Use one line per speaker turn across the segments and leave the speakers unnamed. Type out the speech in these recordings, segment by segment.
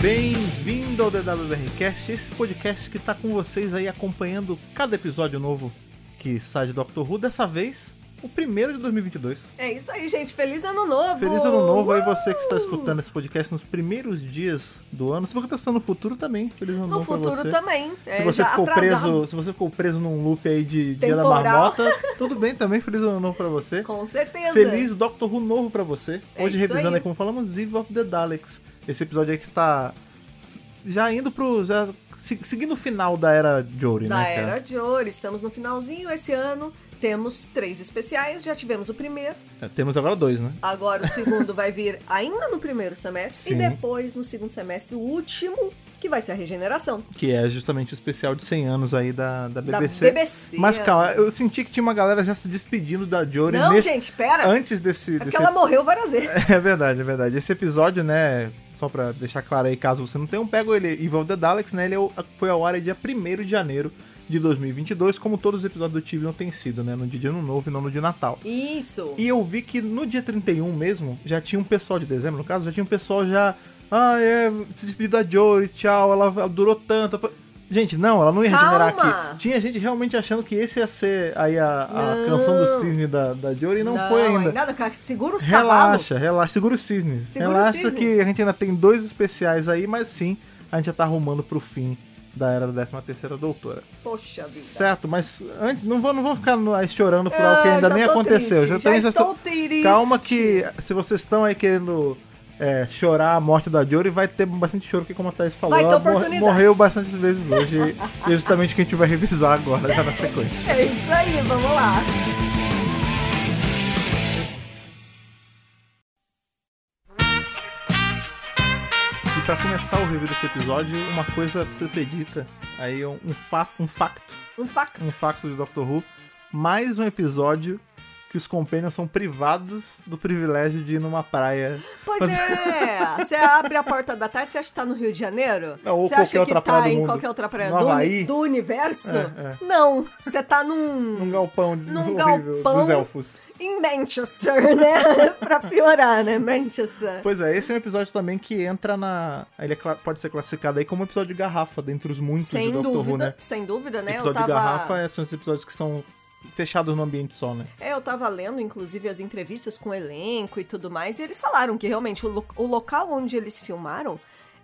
Bem-vindo ao DWRcast, esse podcast que tá com vocês aí acompanhando cada episódio novo que sai de Doctor Who, dessa vez o primeiro de 2022.
É isso aí, gente. Feliz ano novo!
Feliz ano novo é aí você que está escutando esse podcast nos primeiros dias do ano. Se você está escutando no futuro também, feliz ano
No
novo pra
futuro
você.
também. É,
Se você,
já
ficou
atrasado.
preso, se você ficou preso num loop aí de Dia da
Temporal.
Marmota, tudo bem também, feliz ano novo pra você.
né? Com certeza.
Feliz né, Doctor Who novo pra você.
É
Hoje
isso
revisando aí.
aí.
como falamos, Eve of the Daleks. Esse episódio aí que está já indo pro... Já, se- seguindo o final da era Jory,
Da
né, cara?
Era de Ouro. Estamos no finalzinho esse ano. Temos três especiais. Já tivemos o primeiro.
É, Temos agora dois, né?
Agora o segundo vai vir ainda no primeiro semestre.
Sim.
E depois, no segundo semestre, o último, que vai ser a regeneração.
Que é justamente o especial de 100 anos aí da, da
Da
BBC.
BBC.
Mas calma, eu senti que tinha uma galera já se despedindo da Jory
Não,
nesse-
gente, pera.
antes desse...
É porque
desse...
ela morreu várias vezes.
É verdade, é verdade. Esse episódio, né, só pra deixar claro aí, caso você não tenha um pego ele, Evil the Daleks, né, ele é o- foi ao ar aí dia 1 de janeiro de 2022, como todos os episódios do TV não têm sido, né, no dia de Ano Novo e não no de Natal.
Isso.
E eu vi que no dia 31 mesmo, já tinha um pessoal de dezembro, no caso, já tinha um pessoal já. Ah, é, se despediu da Jory, tchau, ela, ela durou tanto. Foi- Gente, não, ela não ia regenerar
Calma.
aqui. Tinha gente realmente achando que esse ia ser aí a, a
Não.
canção do cisne da, da Jory e não, foi ainda.
não, cara. Segura os cavalos.
Relaxa, relaxa, segura o cisne.
Segura os
relaxa
cisnes.
que a gente ainda tem dois especiais aí, mas sim, a gente já tá arrumando pro fim da era da 13 terceira doutora.
Poxa vida.
Certo, mas antes, não vamos, não vamos ficar no- aí chorando por algo
Ah,
que ainda
já
nem
tô
aconteceu.
triste, já
tem-
estou
tô-
triste.
Calma que se vocês estão aí querendo é, chorar a morte da Jory, vai ter bastante choro, porque como a Thaís falou,
Vai ter
ela mor-
oportunidade.
morreu bastante vezes hoje. e é justamente o que a gente vai revisar agora, já na sequência.
É isso aí, vamos lá.
E pra começar o review desse episódio, uma coisa precisa ser dita. Aí um, um, fa um facto,
Um facto.
um facto de Doctor Who. Mais um episódio que os Companions são privados do privilégio de ir numa praia.
Pois é, você abre a porta da tarde, você acha que tá no Rio de Janeiro?
Não, ou
você acha
qualquer
que
outra
tá
praia do
em
mundo.
qualquer outra praia
No
do,
Havaí?
do universo?
É,
Não, você tá num.
Num galpão
Num
horrível
galpão.
dos elfos.
em Manchester, né? pra piorar, né? Manchester.
Pois é, esse é um episódio também que entra na. Ele é cla- pode ser classificado aí como um episódio de garrafa, dentre os muitos
Sem
de Doctor
dúvida,
Who, né?
sem dúvida, né?
episódio
eu
de
tava.
garrafa é, são esses episódios que são fechados num ambiente só, né?
É, eu tava lendo, inclusive, as entrevistas com o elenco e tudo mais, e eles falaram que realmente o, lo- o local onde eles filmaram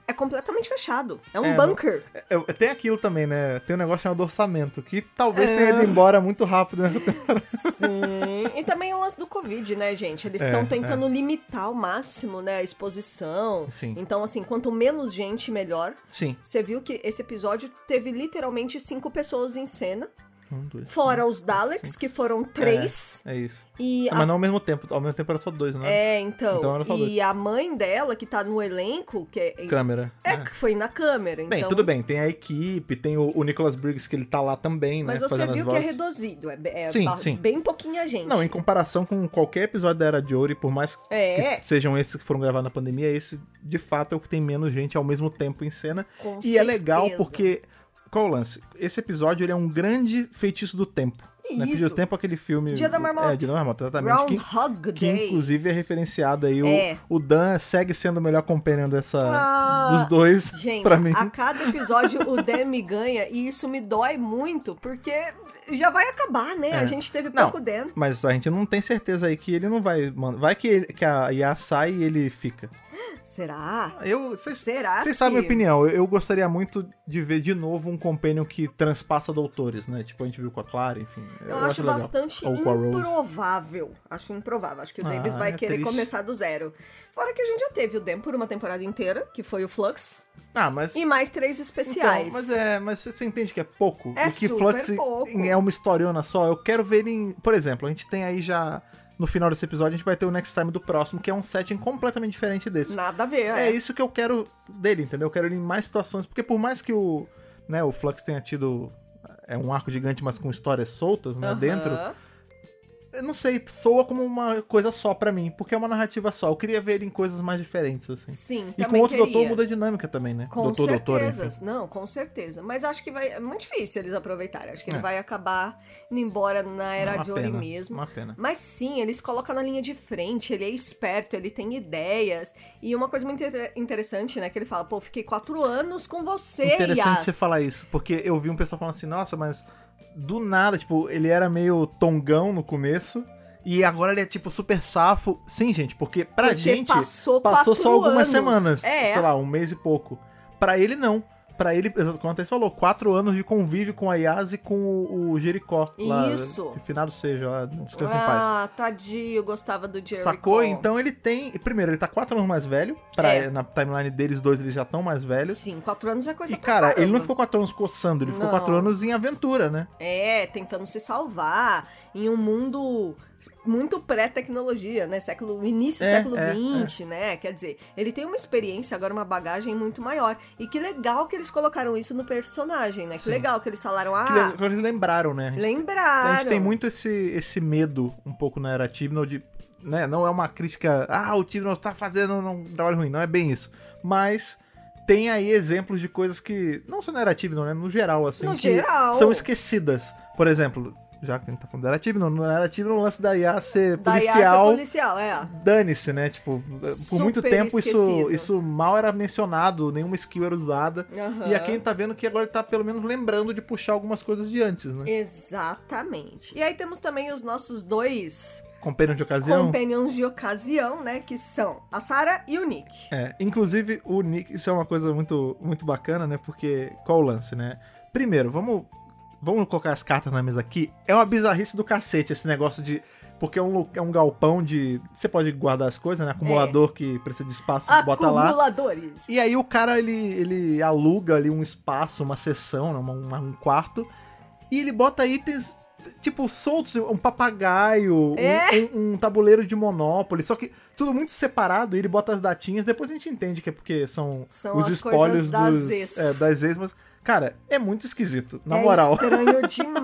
é completamente fechado. É um
É, não-
bunker.
É, tem aquilo também, né? Tem um negócio chamado orçamento, que talvez tenha
Ah.
ido embora muito rápido né? nessa temporada.
Sim. E também o lance do Covid, né, gente? Eles
É,
estão tentando limitar ao máximo, né, a exposição.
Sim.
Então, assim, quanto menos gente, melhor.
Sim.
Você viu que esse episódio teve literalmente cinco pessoas em cena,
Um, dois.
fora os Daleks, que foram três.
É isso.
E
Ah,
a
Mas não ao mesmo tempo. Ao mesmo tempo era só dois, né?
É, então.
Então ela falou
e a mãe dela, que tá no elenco, que é.
Câmera.
É, que foi na câmera.
Bem,
então...
tudo bem. Tem a equipe, tem o, o Nicholas Briggs que ele tá lá também, né?
Mas você
fazendo
viu
as
que é
vozes.
reduzido. É, é
Sim,
ba-
sim.
bem pouquinha gente.
Não, em comparação com qualquer episódio da Era de Ouro, e por mais
É.
que sejam esses que foram gravados na pandemia, esse de fato é o que tem menos gente ao mesmo tempo em cena.
Com
e é legal
certeza.
porque. Qual o lance? Esse episódio ele é um grande feitiço do tempo.
Isso.
Né? Feitiço do tempo é aquele filme.
Dia da Marmota.
É, Dia da Marmota, exatamente. que-
Groundhog
Que
Day.
inclusive é referenciado aí. O,
É.
o Dan segue sendo o melhor companion dessa,
Ah,
dos dois,
Gente,
pra mim.
a cada episódio o Demi ganha e isso me dói muito, porque já vai acabar, né? A gente teve
É. Não.
pouco Demi.
Mas a gente não tem certeza aí que ele não vai. Mano, vai que, ele- que a Yá sai e ele fica.
Será?
Eu, vocês
Será?
vocês sabem a minha
se-
opinião. Eu, eu gostaria muito de ver de novo um companion que transpassa doutores, né? Tipo, a gente viu com a Clara, enfim. Eu,
Eu acho
legal.
bastante
Ou com a Rose.
improvável. Acho improvável. Acho que o
Ah,
Davis vai
é
querer
triste.
começar do zero. Fora que a gente já teve o Dem por uma temporada inteira, que foi o Flux,
Ah, mas.
e mais três especiais.
Então, mas é, mas você- você entende que é pouco?
É
e que
super
Flux em-
pouco.
em- é uma historiona só. Eu quero ver ele em. Por exemplo, a gente tem aí já. No final desse episódio, a gente vai ter o Next Time do próximo, que é um setting completamente diferente desse.
Nada a ver.
É
É,
isso que eu quero dele, entendeu? Eu quero ele em mais situações, porque por mais que o, né, o Flux tenha tido. É um arco gigante, mas com histórias soltas, né?
Aham.
Dentro. eu não sei, soa como uma coisa só pra mim, porque é uma narrativa só. Eu queria ver ele em coisas mais diferentes, assim.
Sim,
E com
também
outro
queria.
doutor muda a dinâmica também, né?
Com
doutor,
certeza,
doutora. enfim.
não, com certeza. Mas acho que vai. É muito difícil eles aproveitarem. Acho que ele
É.
vai acabar indo embora na
É
era
uma
de ouro
pena,
mesmo.
Uma pena.
Mas sim, eles colocam na linha de frente, ele é esperto, ele tem ideias. E uma coisa muito inter- interessante, né? Que ele fala, pô, fiquei quatro anos com você,
Interessante
Yas.
você falar isso, porque eu vi um pessoal falando assim, nossa, mas do nada, tipo, ele era meio tongão no começo. E agora ele é tipo super safo. Sim, gente, porque pra
Porque
gente
passou
passou
quatro
só algumas
anos.
semanas.
É.
Sei lá, um mês e pouco. Pra ele não. Pra ele, exato, como a Thaís falou, quatro anos de convívio com a Yas e com o o Jericó. Lá,
Isso.
Que finado seja, lá, descansa em paz.
Ah, tadinho, eu gostava do Jerry
assim, Sacou? Então ele tem. Primeiro, ele tá quatro anos mais velho. Pra,
É.
Na timeline deles dois, eles já estão mais velhos.
Sim, quatro anos é coisa
E,
pra
cara, ele
caramba.
não ficou quatro anos coçando, ele ficou
Não.
quatro anos em aventura, né?
É, tentando se salvar em um mundo muito pré-tecnologia, né? Século, início do
É,
século
é,
XX, né? Quer dizer, ele tem uma experiência, agora uma bagagem muito maior. E que legal que eles colocaram isso no personagem, né? Que
Sim.
legal que eles falaram, ah,
Que le- que eles lembraram, né? A gente,
lembraram.
a gente tem muito esse, esse medo, um pouco na era Tibnall, de. Né? Não é uma crítica, ah, o Tibnall tá fazendo um trabalho ruim, não é bem isso. Mas tem aí exemplos de coisas que. Não só na era Tibnall, né? No geral, assim.
No
que
geral.
São esquecidas. Por exemplo, já que a gente tá falando da era Tibnall, na era Tibnall o lance da IA ser
Da Yasa
policial.
policial, é.
dane-se, né? Tipo, por
Super
muito tempo isso,
esquecido.
isso mal era mencionado, nenhuma skill era usada.
Aham.
E aqui a gente tá vendo que agora ele tá pelo menos lembrando de puxar algumas coisas de antes, né?
Exatamente. E aí temos também os nossos dois
Companion de ocasião.
companions de ocasião, né? Que são a Sarah e o Nick.
É, inclusive o Nick, isso é uma coisa muito, muito bacana, né? Porque qual o lance, né? Primeiro, vamos, vamos colocar as cartas na mesa aqui. É uma bizarrice do cacete esse negócio de. Porque é um, lu- é um galpão de. Você pode guardar as coisas, né? Acumulador que precisa de espaço,
Ah,
bota lá.
Acumuladores.
E aí o cara, ele, ele aluga ali um espaço, uma sessão, né, uma- uma- um quarto, e ele bota itens, tipo, soltos, um papagaio, um-
É.
um, um tabuleiro de Monopoly, só que tudo muito separado, e ele bota as datinhas, depois a gente entende que é porque são,
São
os
as
spoilers
coisas das
dos,
ex.
é, das ex, mas, cara, é muito esquisito, na
é
moral.
estranho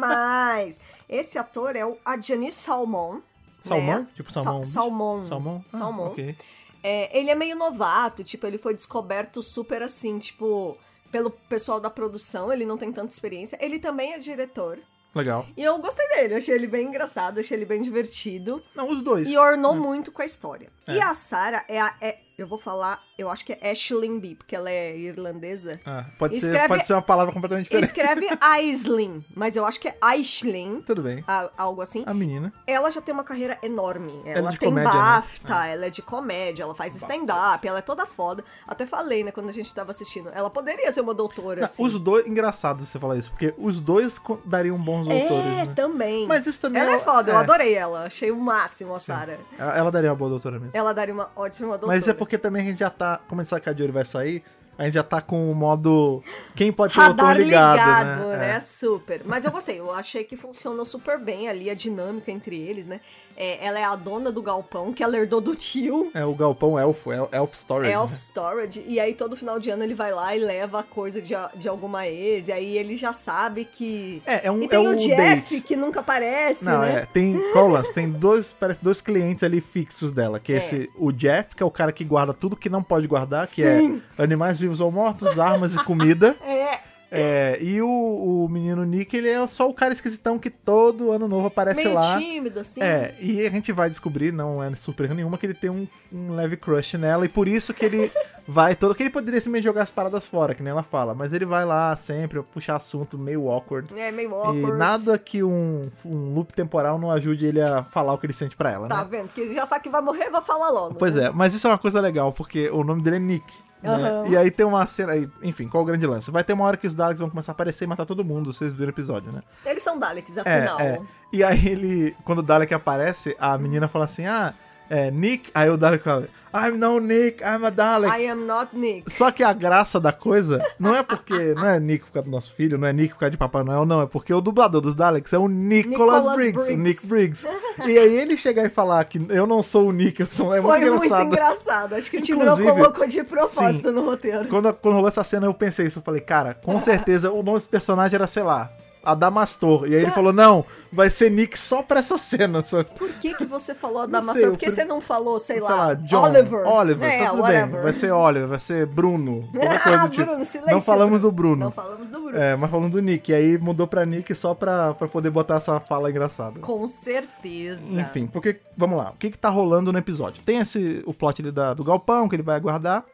demais. Esse ator é o Adjanis Salmon. né?
Salmão? Tipo
Sa-
salmão.
salmon.
Salmão? Ah,
Salmão.
ok.
É, ele é meio novato, tipo, ele foi descoberto super assim, tipo, pelo pessoal da produção, ele não tem tanta experiência. Ele também é diretor.
Legal.
E eu gostei dele, achei ele bem engraçado, achei ele bem divertido.
Não, os dois.
E ornou muito com a história.
Hum. É.
E a Sarah é a. é- eu vou falar, eu acho que é Ashlyn B, porque ela é irlandesa.
Ah, pode, ser,
Escreve-
pode ser uma palavra completamente diferente.
Escreve Aislinn, mas eu acho que é Aislinn,
Tudo bem.
a- algo assim.
A menina.
Ela já tem uma carreira enorme.
é
Ela
de
tem
comédia, né?
BAFTA, ela é de comédia, ela faz stand-up, ela é toda foda. Até falei, né, quando a gente tava assistindo. Ela poderia ser uma doutora,
Não,
assim.
Os dois. Engraçado você falar isso, porque os dois co- dariam bons
É,
doutores. Né?
também.
Mas isso também
Ela
é-
é foda,
é.
eu adorei ela. Achei o máximo a Sarah.
Ela, ela daria uma boa doutora mesmo.
Ela daria uma ótima doutora.
Mas é porque também a gente já tá. Como a gente sabe que a Jory vai sair, a gente já tá com o modo. Quem pode ser doutor
Radar
ligado,
ligado,
né?
né?
É.
Super. Mas eu gostei, eu achei que funcionou super bem ali a dinâmica entre eles, né? É, ela é a dona do galpão que ela herdou do tio.
É, o galpão elfo, el- elf storage. né?
Elf Storage. E aí todo final de ano ele vai lá e leva a coisa de, a- de alguma ex. E aí ele já sabe que.
É, é um-
E tem
é um
o Jeff
date.
que nunca aparece,
Não,
né?
é, tem Collins, tem dois, parece dois clientes ali fixos dela, que é
É.
esse, o Jeff, que é o cara que guarda tudo que não pode guardar, que
Sim.
é animais vivos ou mortos, armas e comida.
É,
É, e o, o menino Nick, ele é só o cara esquisitão que todo ano novo aparece
meio
É, lá.
tímido, assim.
É, e a gente vai descobrir, não é surpresa nenhuma, que ele tem um, um leve crush nela, e por isso que ele vai todo. Que ele poderia se meio jogar as paradas fora, que nem ela fala, mas ele vai lá sempre puxar assunto meio awkward.
É, meio
E
awkward.
nada que um, um loop temporal não ajude ele a falar o que ele sente pra ela,
Tá
né?
vendo? Que já sabe que vai morrer, vai falar logo.
Pois é, mas isso é uma coisa legal, porque o nome dele é Nick. né?
Aham.
E aí tem uma cena aí, enfim, qual o grande lance? Vai ter uma hora que os Daleks vão começar a aparecer e matar todo mundo, vocês viram o episódio, né?
Eles são Daleks,
É,
afinal.
é. E aí ele, quando o Dalek aparece, a menina fala assim, ah, é Nick. Aí o Dalek fala, I'm no Nick, I'm a Dalek.
I am not Nick.
Só que a graça da coisa não é porque não é Nick por causa do nosso filho, não é Nick por causa de Papai Noel, não. É porque o dublador dos Daleks é o Nicholas,
Nicholas
Briggs, o
Briggs.
Nick Briggs. E aí ele chegar e falar que eu não sou o Nick, eu sou, é
Foi
muito
muito
engraçado.
engraçado. Acho que o time
Inclusive,
não colocou de propósito
sim.
no roteiro.
Quando, quando rolou essa cena, eu pensei isso. Eu falei, cara, com certeza o nome desse personagem era, sei lá, Adamastor. E aí ele
É.
falou: não, vai ser Nick só pra essa cena. Sabe?
Por que, que você falou
Não sei,
Adamastor?
eu
Por que
pre-
você não falou, sei,
Sei
lá,
lá, John.
Oliver?
Oliver,
É,
tá tudo bem.
whatever.
Vai ser Oliver, vai ser Bruno. Qualquer coisa
Ah,
do tipo.
Bruno, silêncio.
não falamos do Bruno.
Não falamos do Bruno.
É, mas falando do Nick. E aí mudou pra Nick só pra, pra poder botar essa fala engraçada.
Com certeza.
Enfim, porque, vamos lá, o que que tá rolando no episódio? Tem esse, o plot ali da- do galpão que ele vai aguardar.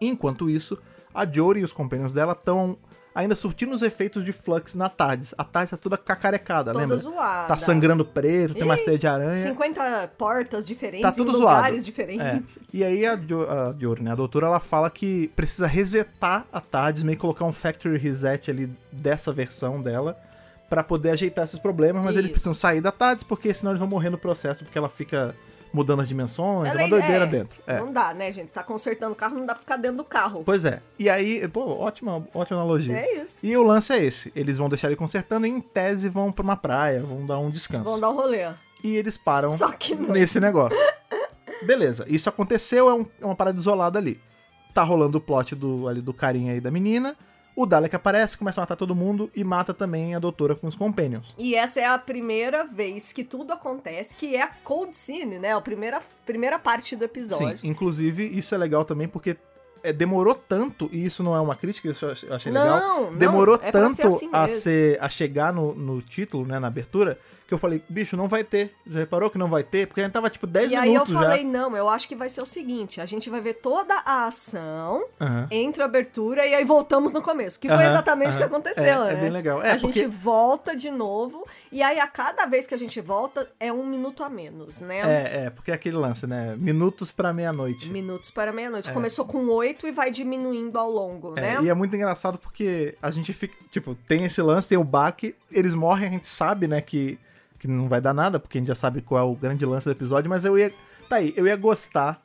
Enquanto isso, a Jory e os companheiros dela estão ainda surtindo os efeitos de Flux na Tardes. A Tardes tá toda cacarecada,
Toda
lembra?
zoada.
Tá sangrando preto, tem uma teia de aranha.
50 portas diferentes,
Tá tudo
em
zoado.
lugares diferentes.
É. E aí a, jo a Jory, né, a doutora, ela fala que precisa resetar a TARDIS, meio que colocar um factory reset ali dessa versão dela, pra poder ajeitar esses problemas, mas eles
Isso.
precisam sair da TARDIS, porque senão eles vão morrer no processo, porque ela fica mudando as dimensões, é
Ela
uma doideira
é,
dentro. É.
Não dá, né, gente? Tá consertando o carro, não dá pra ficar dentro do carro.
Pois é. E aí, pô, ótima, ótima analogia.
É isso.
E o lance é esse, eles vão deixar ele consertando e em tese vão pra uma praia, vão dar um descanso.
Vão dar um rolê.
e eles param
Só que não.
nesse negócio. Beleza, isso aconteceu, é, um- é uma parada isolada ali. Tá rolando o plot do, ali, do carinha aí da menina. O Dalek aparece, começa a matar todo mundo e mata também a doutora com os Companions.
E essa é a primeira vez que tudo acontece, que é a cold scene, né? A primeira, primeira parte do episódio.
Sim, inclusive isso é legal também porque é, demorou tanto, e isso não é uma crítica, isso eu ach- eu achei legal.
Não, não,
Demorou
é pra
tanto
ser assim
a,
mesmo.
ser, a chegar no, no título, né, na abertura, que eu falei, bicho, não vai ter. Já reparou que não vai ter? Porque a gente tava tipo 10
E aí eu
minutos
falei, não, eu acho que vai ser o seguinte, a gente vai ver toda a ação,
já. Aham.
entre a abertura e aí voltamos no começo, que foi
Aham,
exatamente o que
aham.
aconteceu,
É, é
né?
bem legal. É,
a gente
porque-
volta de novo e aí a cada vez que a gente volta é um minuto a menos, né?
É, é, porque é aquele lance, né? Minutos pra meia-noite.
Minutos para meia-noite. Começou com oito e vai diminuindo ao longo,
É,
né?
e é muito engraçado porque a gente fica. Tipo, tem esse lance, tem o baque, eles morrem, a gente sabe, né, que, que não vai dar nada, porque a gente já sabe qual é o grande lance do episódio, mas eu ia. Tá aí, eu ia gostar.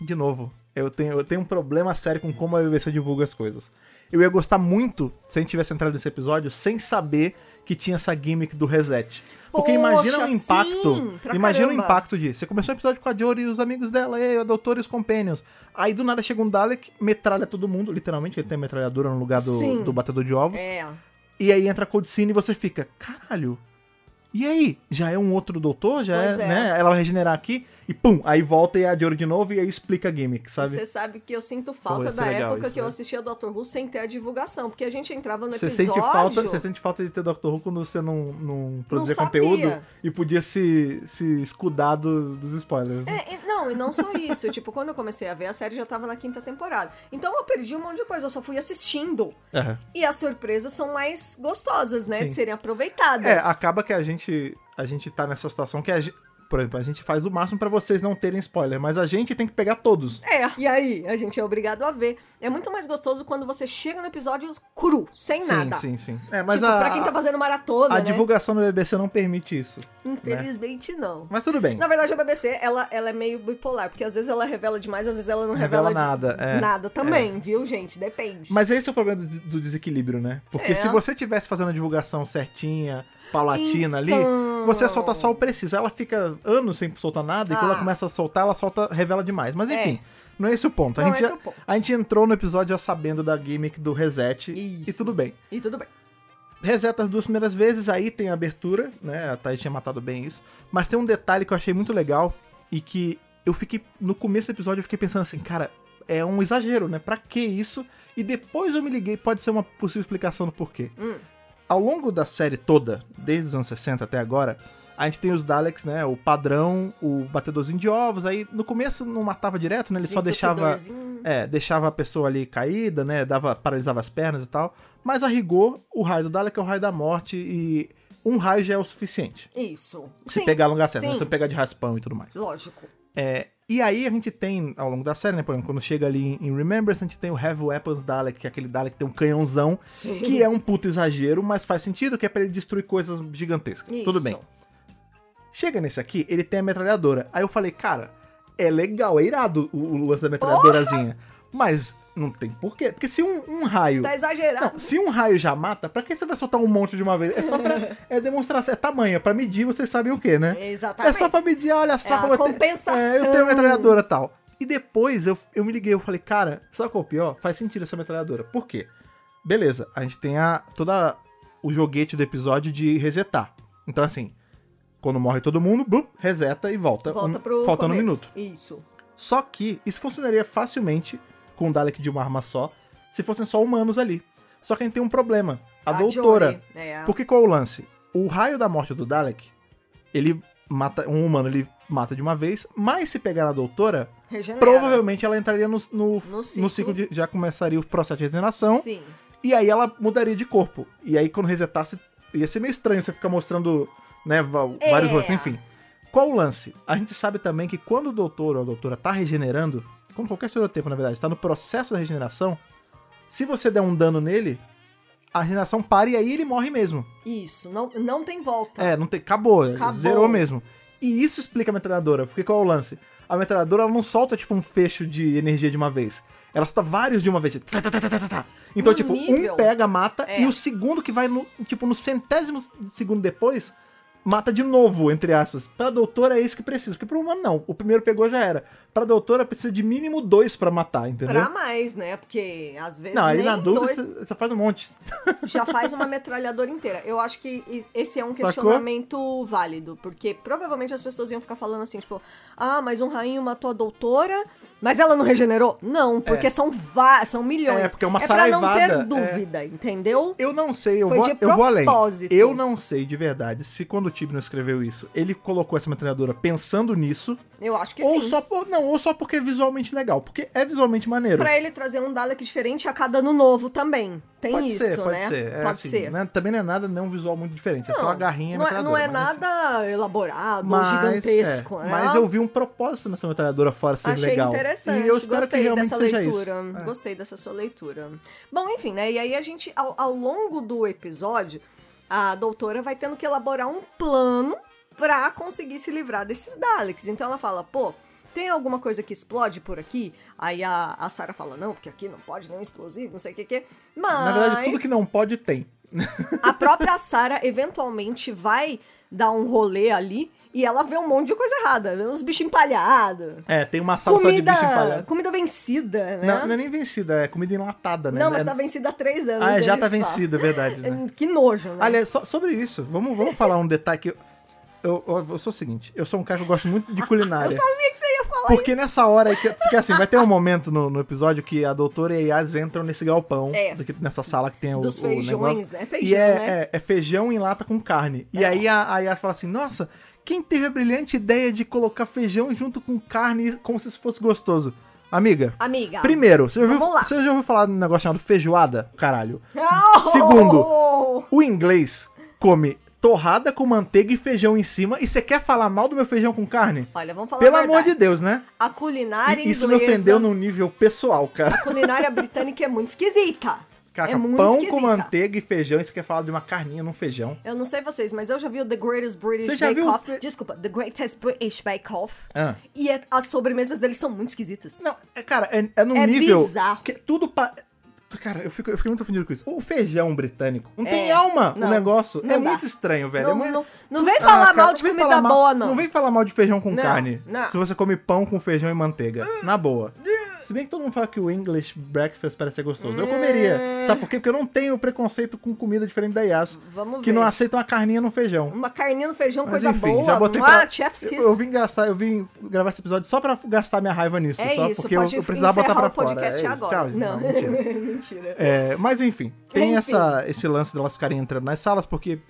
De novo, eu tenho, eu tenho um problema sério com como a BBC divulga as coisas. Eu ia gostar muito se a gente tivesse entrado nesse episódio sem saber que tinha essa gimmick do reset. Porque imagina o
Poxa,
impacto.
sim, pra
imagina o
caramba.
impacto. impacto de. Você começou o episódio com a Jory e os amigos dela, e a doutora e os companions. Aí do nada chega um Dalek, metralha todo mundo, literalmente, ele tem a metralhadora no lugar do,
Sim.
do batedor de ovos.
É.
E aí entra a Cold Scene e você fica, caralho. E aí? Já é um outro doutor? Já é,
Pois é.
né? Ela vai regenerar aqui e pum, aí volta e a Jory de novo e aí explica a gimmick, sabe?
Você tá sabe que eu sinto falta
isso
da
é legal,
época
isso
que eu
é-
assistia Doctor Who sem ter a divulgação, porque a gente entrava no
Você
episódio...
sente, falta, você sente falta de ter Doctor Who quando você não, não produzia
sabia.
conteúdo e podia se, se escudar dos, dos spoilers. né?
É, e- não, e não só isso. tipo, quando eu comecei a ver, a série já tava na quinta temporada. Então eu perdi um monte de coisa, eu só fui assistindo.
É.
E as surpresas são mais gostosas, né?
Sim.
De serem aproveitadas.
É, acaba que a gente a gente tá nessa situação que a gente, por exemplo, a gente faz o máximo pra vocês não terem spoiler, mas a gente tem que pegar todos.
É, e aí a gente é obrigado a ver. É muito mais gostoso quando você chega no episódio cru, sem nada.
Sim, sim, sim. É, mas
tipo,
a,
pra quem tá fazendo maratona,
a É.
né?
divulgação do BBC não permite isso.
Infelizmente, não.
Mas tudo bem.
Na verdade, a BBC, ela, ela é meio bipolar, porque às vezes ela revela demais, às vezes ela não revela,
Revela nada, é.
nada também, viu, gente? Depende.
Mas esse é o problema do, do desequilíbrio, né? Porque
É.
se você tivesse fazendo a divulgação certinha, palatina
Então.
ali, você ia soltar só o preciso. Ela fica anos sem soltar nada, e quando
Ah.
ela começa a soltar, ela solta, revela demais. Mas enfim, não é esse o ponto. A,
Não
gente
é
já-
esse o ponto.
a gente entrou no episódio já sabendo da gimmick do reset e
Isso.
tudo bem.
E tudo bem.
Reseta as duas primeiras vezes, aí tem a abertura, né? A Thaís tinha matado bem isso. Mas tem um detalhe que eu achei muito legal e que eu fiquei. No começo do episódio eu fiquei pensando assim, cara, é um exagero, né? Pra que isso? E depois eu me liguei, pode ser uma possível explicação do porquê. Ao longo da série toda, desde os anos 60 até agora, a gente tem os Daleks, né? O padrão, o batedorzinho de ovos. Aí no começo não matava direto, né? Ele só deixava.
Desentupidorzinho.
É, deixava a pessoa ali caída, né? Dava, paralisava as pernas e tal. Mas a rigor, o raio do Dalek é o raio da morte e um raio já é o suficiente.
Isso.
Se
Sim,
pegar a longa certa, né?
sim.
se pegar de raspão e tudo mais.
Lógico.
É, e aí a gente tem, ao longo da série, né? Por exemplo, quando chega ali em- em Remembrance, a gente tem o Heavy Weapons Dalek, que é aquele Dalek que tem um canhãozão,
Sim.
que é um puto exagero, mas faz sentido que é pra ele destruir coisas gigantescas. Tudo
Isso.
bem. Chega nesse aqui, ele tem a metralhadora. Aí eu falei, cara, é legal, é irado o, o lance da metralhadorazinha. Mas não tem porquê. Porque se um, um raio.
Tá exagerado.
Não, se um raio já mata, pra que você vai soltar um monte de uma vez? É só pra. é demonstração, é tamanho, é pra medir, vocês sabem o que, né?
Exatamente.
É só pra medir, olha só
É a
como eu tenho-
compensação.
É, eu tenho metralhadora e tal. E depois eu, eu me liguei, eu falei, cara, sabe qual é o pior? Faz sentido essa metralhadora. Por quê? Beleza, a gente tem a, toda o joguete do episódio de resetar. Então, assim, quando morre todo mundo, blum, reseta e volta.
Volta
um-
pro
faltando
começo.
um minuto.
Isso.
Só que isso funcionaria facilmente com o Dalek de uma arma só, se fossem só humanos ali. Só que a gente tem um problema. A, doutora.
Jory, é, a-
Porque qual é o lance? O raio da morte do Dalek, ele mata. Um humano ele mata de uma vez, mas se pegar na doutora,
regenera.
provavelmente ela entraria no, no, no
No
ciclo.
ciclo.
de. Já começaria o processo de regeneração.
Sim.
E aí ela mudaria de corpo. E aí quando resetasse, ia ser meio estranho você ficar mostrando, né, va-
É.
vários rostos, enfim. Qual o lance? A gente sabe também que quando o doutor ou a doutora tá regenerando, como qualquer senhor do tempo, na verdade, tá no processo da regeneração, se você der um dano nele, a regeneração para e aí ele morre mesmo.
Isso. Não, não tem volta.
É, não tem, acabou,
Tá. Acabou.
zerou mesmo. E isso explica a metralhadora, porque qual é o lance? A metralhadora ela não solta tipo um fecho de energia de uma vez. Ela solta vários de uma vez. tipo, tá, tá, tá, tá, tá, tá. Então,
Um
tipo, um
nível.
pega, mata,
É.
e o segundo que vai no, tipo, no centésimo segundo depois, mata de novo, entre aspas. Pra doutora é isso que precisa, porque pro humano não. O primeiro pegou já era. Pra doutora precisa de mínimo dois pra matar, entendeu?
Pra mais, né? Porque às vezes
Não, aí
nem
na dúvida
dois
você- você faz um monte.
já faz uma metralhadora inteira. Eu acho que is- esse é um
Sacou?
questionamento válido, porque provavelmente as pessoas iam ficar falando assim, tipo, ah, mas um rainho matou a doutora, mas ela não regenerou? Não, porque são va- são milhões.
É, porque é uma
pra não
saraivada, é.
ter dúvida, entendeu?
Eu não sei, eu
Foi
vou,
de
eu vou além.
propósito.
Eu não sei de verdade se quando o Tibno escreveu isso, ele colocou essa metralhadora pensando nisso,
Eu acho que
ou
sim.
só, por, não, ou só porque é visualmente legal, porque é visualmente maneiro.
Pra ele trazer um Dalek diferente a cada ano novo também. Tem
pode
isso,
ser, pode
né?
ser. É,
pode
assim,
ser.
né, também não é nada, não é um visual muito diferente, é só
Não,
a garrinha e a
não é, não
metralhadora.
é
mas enfim.
nada elaborado, ou
Mas,
gigantesco.
é,
né?
mas eu vi um propósito nessa metralhadora fora ser
Achei
legal.
interessante.
E eu espero
Gostei
que realmente
dessa
seja
leitura.
isso. É.
Gostei dessa sua leitura. Bom, enfim, né? E aí a gente, ao, ao longo do episódio, a doutora vai tendo que elaborar um plano pra conseguir se livrar desses Daleks. Então ela fala, pô. Tem alguma coisa que explode por aqui? Aí a, a Sarah fala, não, porque aqui não pode nenhum explosivo, não sei o que é." que. Mas...
Na verdade, tudo que não pode tem.
A própria Sarah eventualmente vai dar um rolê ali e ela vê um monte de coisa errada. Vê uns bichos empalhados.
É, tem uma sala só de bicho
Comida,
empalhado.
comida vencida, né?
Não, não é nem vencida, é comida enlatada, né?
Não,
É-
mas tá vencida há três anos.
Ah, já
eles
tá
falam.
vencido, é verdade. Né?
Que nojo, né?
Aliás, só- sobre isso, vamos, vamos falar um detalhe que eu, eu, eu- eu sou o seguinte, eu sou um cara que eu gosto muito de
eu
culinária.
sabia que você ia falar
Porque nessa hora, aí que- porque assim, vai ter um momento no, no episódio que a doutora e a Yas entram nesse galpão,
É.
do que- nessa sala que tem o,
Dos
o
feijões,
negócio.
né? Feijão,
e é,
né? É.
é, é feijão em lata com carne. E aí a, a Yas fala assim, nossa, quem teve a brilhante ideia de colocar feijão junto com carne como se isso fosse gostoso? Amiga,
Amiga.
primeiro, você já, ouviu,
Vamos lá.
você já ouviu falar de um negócio chamado feijoada? Caralho.
Oh!
Segundo. O inglês come torrada com manteiga e feijão em cima e você quer falar mal do meu feijão com carne?
Olha, vamos falar
Pelo
a
amor
verdade.
de Deus, né?
A culinária
E- isso me
inglesa...
ofendeu num nível pessoal, cara.
A culinária britânica é muito esquisita.
Caraca,
é muito
pão
esquisita.
com manteiga e feijão e você quer falar de uma carninha num feijão.
Eu não sei vocês, mas eu já vi o The Greatest
Você
British
já
Bake
viu o
Off.
fe-
Desculpa, The Greatest British Bake Off.
Ah.
E é- as sobremesas deles são muito esquisitas.
Não, é, cara, é, é num
É
nível.
bizarro.
Que tudo pa... Cara, eu, fico, eu fiquei muito ofendido com isso. O feijão britânico não
É,
tem alma o
não,
negócio.
não
é
dá.
muito estranho, velho.
Não-
é muito-
não- não vem
Ah,
falar mal de
vem
comida
falar mal-
boa, não.
Não vem falar mal de feijão com
Não,
carne.
não. Hum.
Se você come pão com feijão e manteiga. Na boa. Se bem que todo mundo fala que o English breakfast parece ser gostoso. Eu
Hum.
comeria. Sabe por quê? Porque eu não tenho preconceito com comida diferente da Yas.
Vamos
que
ver.
não aceita uma carninha no feijão.
Uma carninha no feijão,
Mas
coisa
enfim,
boa.
já botei
ah,
pra...
chef's
eu,
kiss.
eu vim gastar, eu vim gravar esse episódio só pra gastar minha raiva nisso.
É
só
isso,
porque eu,
pode
eu precisava botar
encerrar
pra
o podcast
fora. É isso.
agora.
Tchau, gente.
não,
mentira.
mentira.
É, mas enfim, tem
Enfim.
Essa, esse lance delas ficarem entrando nas salas, porque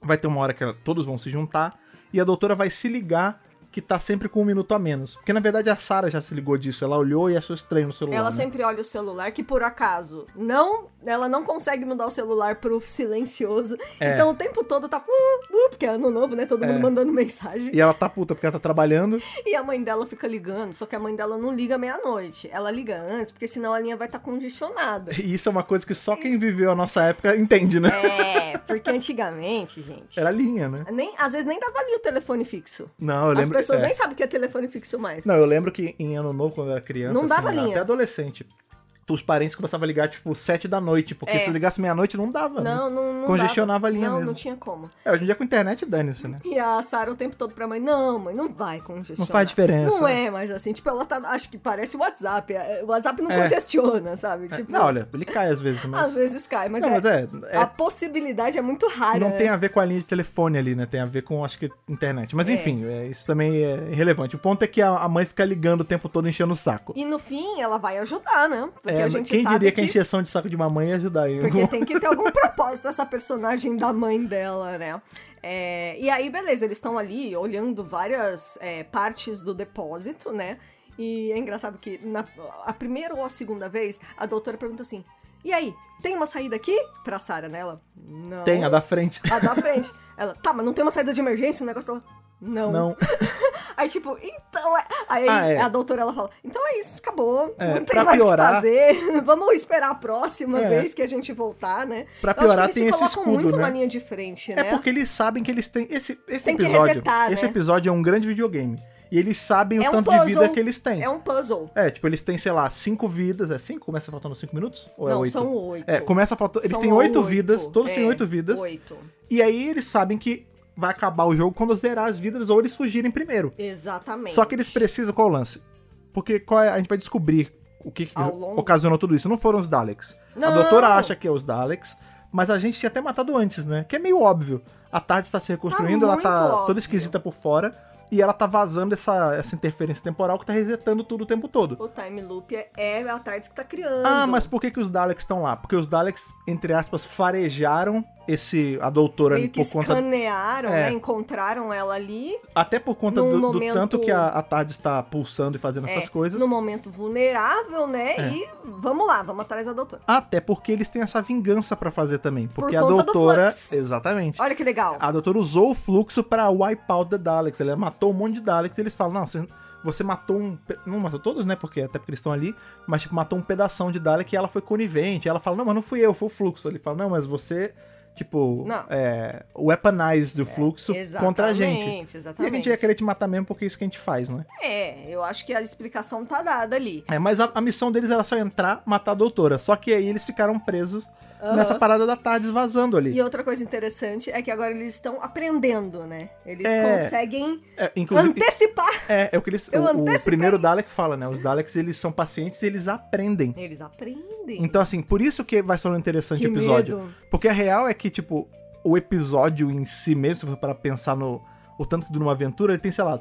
vai ter uma hora que ela- todos vão se juntar e a doutora vai se ligar que tá sempre com um minuto a menos. Porque na verdade a Sarah já se ligou disso, ela olhou e achou estranho no celular.
Ela
né?
sempre olha o celular, que por acaso não, ela não consegue mudar o celular pro silencioso.
É.
Então o tempo todo tá. Uh, uh, porque é ano novo, né? Todo mundo mandando mensagem.
E ela tá puta porque ela tá trabalhando.
E a mãe dela fica ligando, só que a mãe dela não liga meia-noite. Ela liga antes, porque senão a linha vai estar congestionada.
E isso é uma coisa que só quem viveu a nossa época entende, né?
É, porque antigamente, gente.
Era linha, né?
Nem, às vezes nem dava ali o telefone fixo.
Não, eu
As
lembro.
pessoas
é.
nem sabem o que é telefone fixo mais.
Não, eu lembro que em ano novo, quando eu era criança,
Não
assim,
dava linha.
até adolescente, os parentes começavam a ligar, tipo, sete da noite, porque
É.
se ligasse meia-noite não dava. né?
Não, não, não
Congestionava
dava.
a linha
Não,
mesmo.
não tinha como.
É, hoje em dia com internet dane-se, né?
E a Sarah o tempo todo pra mãe, não, mãe, não vai congestionar.
Não faz diferença,
Não
né?
é, mas assim, tipo, ela tá, acho que parece o WhatsApp. é, O WhatsApp não
É.
congestiona, sabe? Tipo,
Não, olha, ele cai às vezes, mas.
às vezes cai, mas,
não,
é,
mas é. é-
a possibilidade é muito rara.
não
né?
tem a ver com a linha de telefone ali, né? Tem a ver com, acho que, internet. Mas
É.
enfim, é, isso também é irrelevante. O ponto é que a, a mãe fica ligando o tempo todo enchendo o saco.
E no fim, ela vai ajudar, né? Porque
É,
a gente
quem
sabe
diria que a
que...
encheção de saco de mamãe ia ajudar aí?
Porque tem que ter algum propósito essa personagem da mãe dela, né? É, e aí, beleza, eles estão ali olhando várias é, partes do depósito, né? E é engraçado que na a primeira ou a segunda vez, a doutora pergunta assim: E aí, tem uma saída aqui? Pra Sarah, né? Ela, não.
Tem a da frente.
A da frente. Ela, tá, mas não tem uma saída de emergência? O negócio dela, não.
Não.
Aí, tipo, então é. Aí
Ah, é.
a doutora ela fala: então é isso, acabou.
É,
não tem
pra
mais o que
piorar-
fazer. Vamos esperar a próxima
É.
vez que a gente voltar, né?
Pra
Eu acho
piorar,
que eles
tem
se
esse
colocam
escudo,
muito
né?
na linha de frente,
É
né?
porque eles sabem que eles têm. Esse, esse
Tem que
episódio.
resetar,
Esse
né?
episódio é um grande videogame. E eles sabem
É
o
um
tanto de
puzzle,
vida que eles têm. É,
É um puzzle.
tipo, eles têm, sei lá, cinco vidas. É cinco? Começa faltando cinco minutos? Ou é
não,
oito?
são oito.
É, começa faltando. Eles
São
têm oito, vidas, todos têm
é,
oito vidas.
Oito.
E aí eles sabem que vai acabar o jogo quando zerar as vidas ou eles fugirem primeiro.
Exatamente.
Só que eles precisam. Qual é o lance? Porque qual é- a gente vai descobrir o que, que
Ao longo.
ocasionou tudo isso. Não foram os Daleks. A
Não!
doutora acha que é os Daleks, mas a gente tinha até matado antes, né? Que é meio óbvio. A tarde está se reconstruindo, ela tá
muito óbvio.
toda esquisita por fora. E ela tá vazando essa, essa interferência temporal que tá resetando tudo o tempo todo.
O time loop é, é a tarde que tá criando.
Ah, mas por que, que os Daleks estão lá? Porque os Daleks, entre aspas, farejaram esse a doutora
Meio que
por conta
escanearam,
É.
né? Encontraram ela ali.
Até por conta
Num
do, do
momento-
tanto que a, a tarde está pulsando e fazendo essas
é,
coisas.
No momento vulnerável, né?
É.
E vamos lá, vamos atrás da doutora.
Até porque eles têm essa vingança pra fazer também. Porque
conta
a
do
doutora.
Flux.
Exatamente.
Olha que legal.
A doutora usou o fluxo pra wipe out the Daleks. Ela matou um monte de Daleks. E eles falam: Não, você, você matou um. pe- Não matou todos, né? Porque até porque eles estão ali. Mas, tipo, matou um pedação de Dalek e ela foi conivente. Ela fala: Não, mas não fui eu, foi o fluxo. Ele fala: Não, mas você. Tipo,
Não.
é, weaponized o fluxo contra a gente.
Exatamente,
E a gente
exatamente.
ia querer te matar mesmo porque é isso que a gente faz, né?
É, eu acho que a explicação tá dada ali.
É, mas a, a missão deles era só entrar, matar a doutora. Só que aí eles ficaram presos nessa parada da tarde vazando ali.
E outra coisa interessante é que agora eles estão aprendendo, né? Eles
É.
conseguem
É, inclusive,
antecipar.
é, é o que eles.
Eu
o- O,
antecipei.
primeiro Dalek fala, né? Os Daleks eles são pacientes e eles aprendem.
Eles aprendem.
Então, assim, por isso que vai ser um interessante
Que
episódio.
medo.
Porque a real é que, tipo, o episódio em si mesmo, se for para pensar no. O tanto que dura uma aventura, ele tem, sei lá,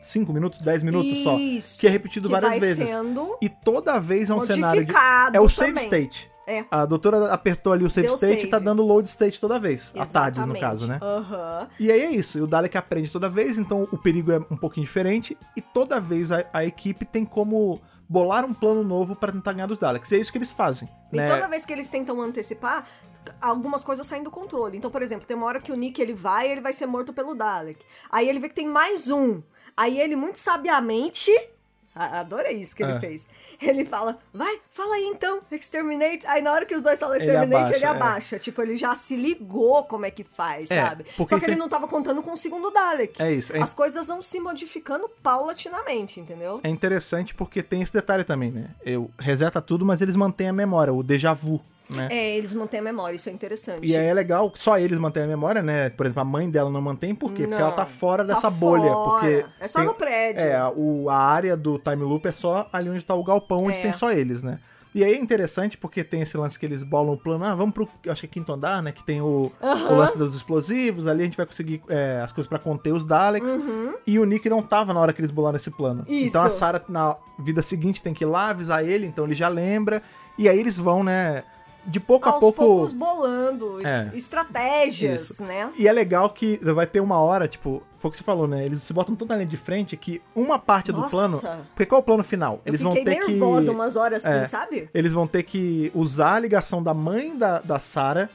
5 minutos, 10 minutos Um só.
Isso,
Que é repetido
que
várias
vai
vezes.
sendo
E toda vez é um cenário. De,
modificado
é o save
também.
state.
É.
A doutora apertou ali o save
Deu
state e tá
save.
dando load state toda vez. A tardes, no
Exatamente.
caso, né?
Aham.
E aí é isso. E o Dalek aprende toda vez, então o perigo é um pouquinho diferente. E toda vez a, a equipe tem como bolar um plano novo pra tentar ganhar dos Daleks. E é isso que eles fazem,
E
né?
toda vez que eles tentam antecipar, algumas coisas saem do controle. Então, por exemplo, tem uma hora que o Nick ele vai ele vai ser morto pelo Dalek. Aí ele vê que tem mais um. Aí ele, muito sabiamente. a- Adorei isso que ele
É.
fez. Ele fala, vai, fala aí então, exterminate. Aí na hora que os dois falam
Ele
exterminate,
abaixa,
ele
é.
abaixa. Tipo, ele já se ligou como é que faz,
É,
sabe?
porque
Só que
isso
ele
é-
não tava contando com o segundo Dalek.
É isso, é-
As coisas vão se modificando paulatinamente, entendeu?
É interessante porque tem esse detalhe também, né? Eu reseta tudo, mas eles mantêm a memória, o déjà vu, né?
É, eles mantêm a memória, isso é interessante.
E aí é legal, que só eles mantêm a memória, né? Por exemplo, a mãe dela não mantém, por quê? Porque
Não,
ela tá fora
tá
dessa bolha.
fora.
Porque
É só no prédio.
É, o, a área do time loop é só ali onde tá o galpão, onde
É.
tem só eles, né? E aí é interessante porque tem esse lance que eles bolam o plano, ah, vamos pro, eu acho que é quinto andar, né? Que tem o, o lance dos explosivos, ali a gente vai conseguir é, as coisas pra conter os Daleks. E o Nick não tava na hora que eles bolaram esse plano.
Uhum. Isso.
Então a Sarah, na vida seguinte, tem que ir lá avisar ele, então ele já lembra. E aí eles vão, né? De pouco a
aos
pouco.
poucos bolando es-
É.
estratégias,
Isso.
né?
E é legal que vai ter uma hora, tipo, foi o que você falou, né? Eles se botam tanta linha de frente que uma parte do
Nossa.
plano. Porque qual é o plano final?
Eu
Eles vão
fiquei
ter
nervosa
que.
umas horas assim,
É.
sabe?
Eles vão ter que usar a ligação da mãe da, da Sarah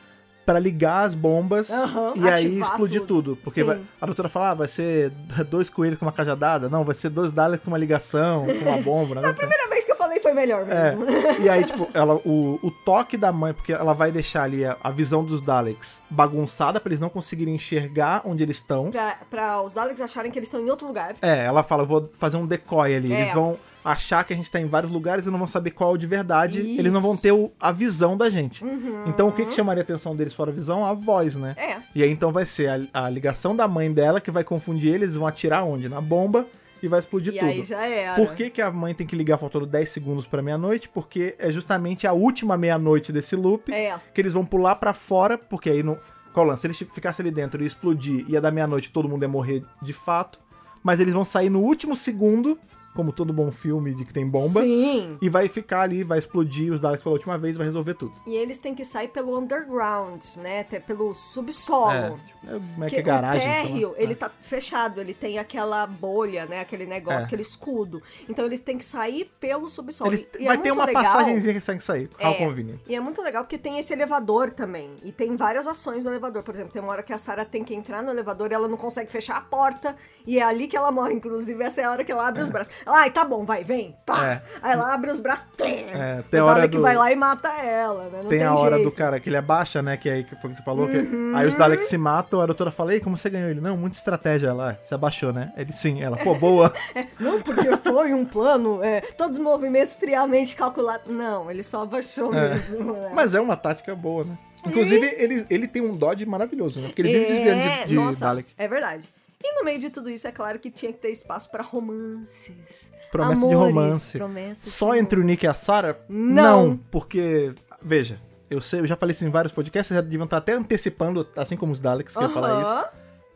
pra ligar as bombas
Aham,
e aí
ativar
explodir tudo.
tudo.
porque
Sim.
vai- a doutora fala, ah, vai ser dois coelhos com uma cajadada. Não, vai ser dois Daleks com uma ligação, com uma bomba. né?
A primeira vez que eu falei foi melhor mesmo.
É. E aí, tipo, ela, o, o toque da mãe, porque ela vai deixar ali a, a visão dos Daleks bagunçada pra eles não conseguirem enxergar onde eles estão.
pra, pra os Daleks acharem que eles estão em outro lugar.
É, ela fala, vou fazer um decoy ali.
É.
Eles vão achar que a gente tá em vários lugares e não vão saber qual é o de verdade.
Isso.
Eles não vão ter o- a visão da gente.
Uhum.
Então o que, que chamaria a atenção deles fora a visão? A voz, né?
É.
E aí então vai ser a, a ligação da mãe dela que vai confundir eles, vão atirar onde? Na bomba e vai explodir
e
tudo.
aí já era.
Por que, que a mãe tem que ligar faltando 10 segundos pra meia-noite? Porque é justamente a última meia-noite desse loop
É.
que eles vão pular pra fora, porque aí não. Qual o lance? Se eles ficassem ali dentro e explodir, ia dar meia-noite todo mundo ia morrer de fato. Mas eles vão sair no último segundo, como todo bom filme de que tem bomba.
Sim.
E vai ficar ali, vai explodir os Daleks pela última vez, vai resolver tudo.
E eles têm que sair pelo underground, né? Até pelo subsolo.
É, é, como é que
Porque
é garagem?
o
sei lá.
térreo, ele tá fechado, ele tem aquela bolha, né? Aquele negócio,
É.
aquele escudo. Então eles têm que sair pelo subsolo.
Eles-
E é
vai ter
muito
uma
legal-
passagenzinha que consegue sair. How
É.
convenient.
E é muito legal porque tem esse elevador também. E tem várias ações no elevador. Por exemplo, tem uma hora que a Sarah tem que entrar no elevador e ela não consegue fechar a porta. E é ali que ela morre. Inclusive, essa é a hora que ela abre os braços. Ela, ai, tá bom, vai, vem. Pá.
É.
Aí ela abre os braços. Tem,
É,
tem
tem
a
a
hora
hora
que
do-
vai lá e mata ela, né? Não tem,
Tem, a hora
jeito. Uhum.
do cara que ele abaixa, né? Que aí que foi o que você falou. que- aí os Daleks se matam, a doutora fala, ei, como você ganhou? Ele, não, muita estratégia lá. Se abaixou, né? Ele, sim. Ela, pô, boa.
É. Não, porque foi um plano, é, todos os movimentos friamente calculados. Não, ele só abaixou
É.
mesmo. né?
Mas é uma tática boa, né? Inclusive, ele, ele tem um dodge maravilhoso, né? Porque ele vive desviando de, de
É, nossa,
Dalek.
É verdade. E no meio de tudo isso, é claro que tinha que ter espaço pra romances.
Promessa de
Amores,
romance.
promessas
Só
de
entre o Nick e a Sarah?
Não.
Porque, veja, eu sei, eu já falei isso em vários podcasts, vocês já deviam estar até antecipando, assim como os Daleks, que eu ia falar isso.
Aham.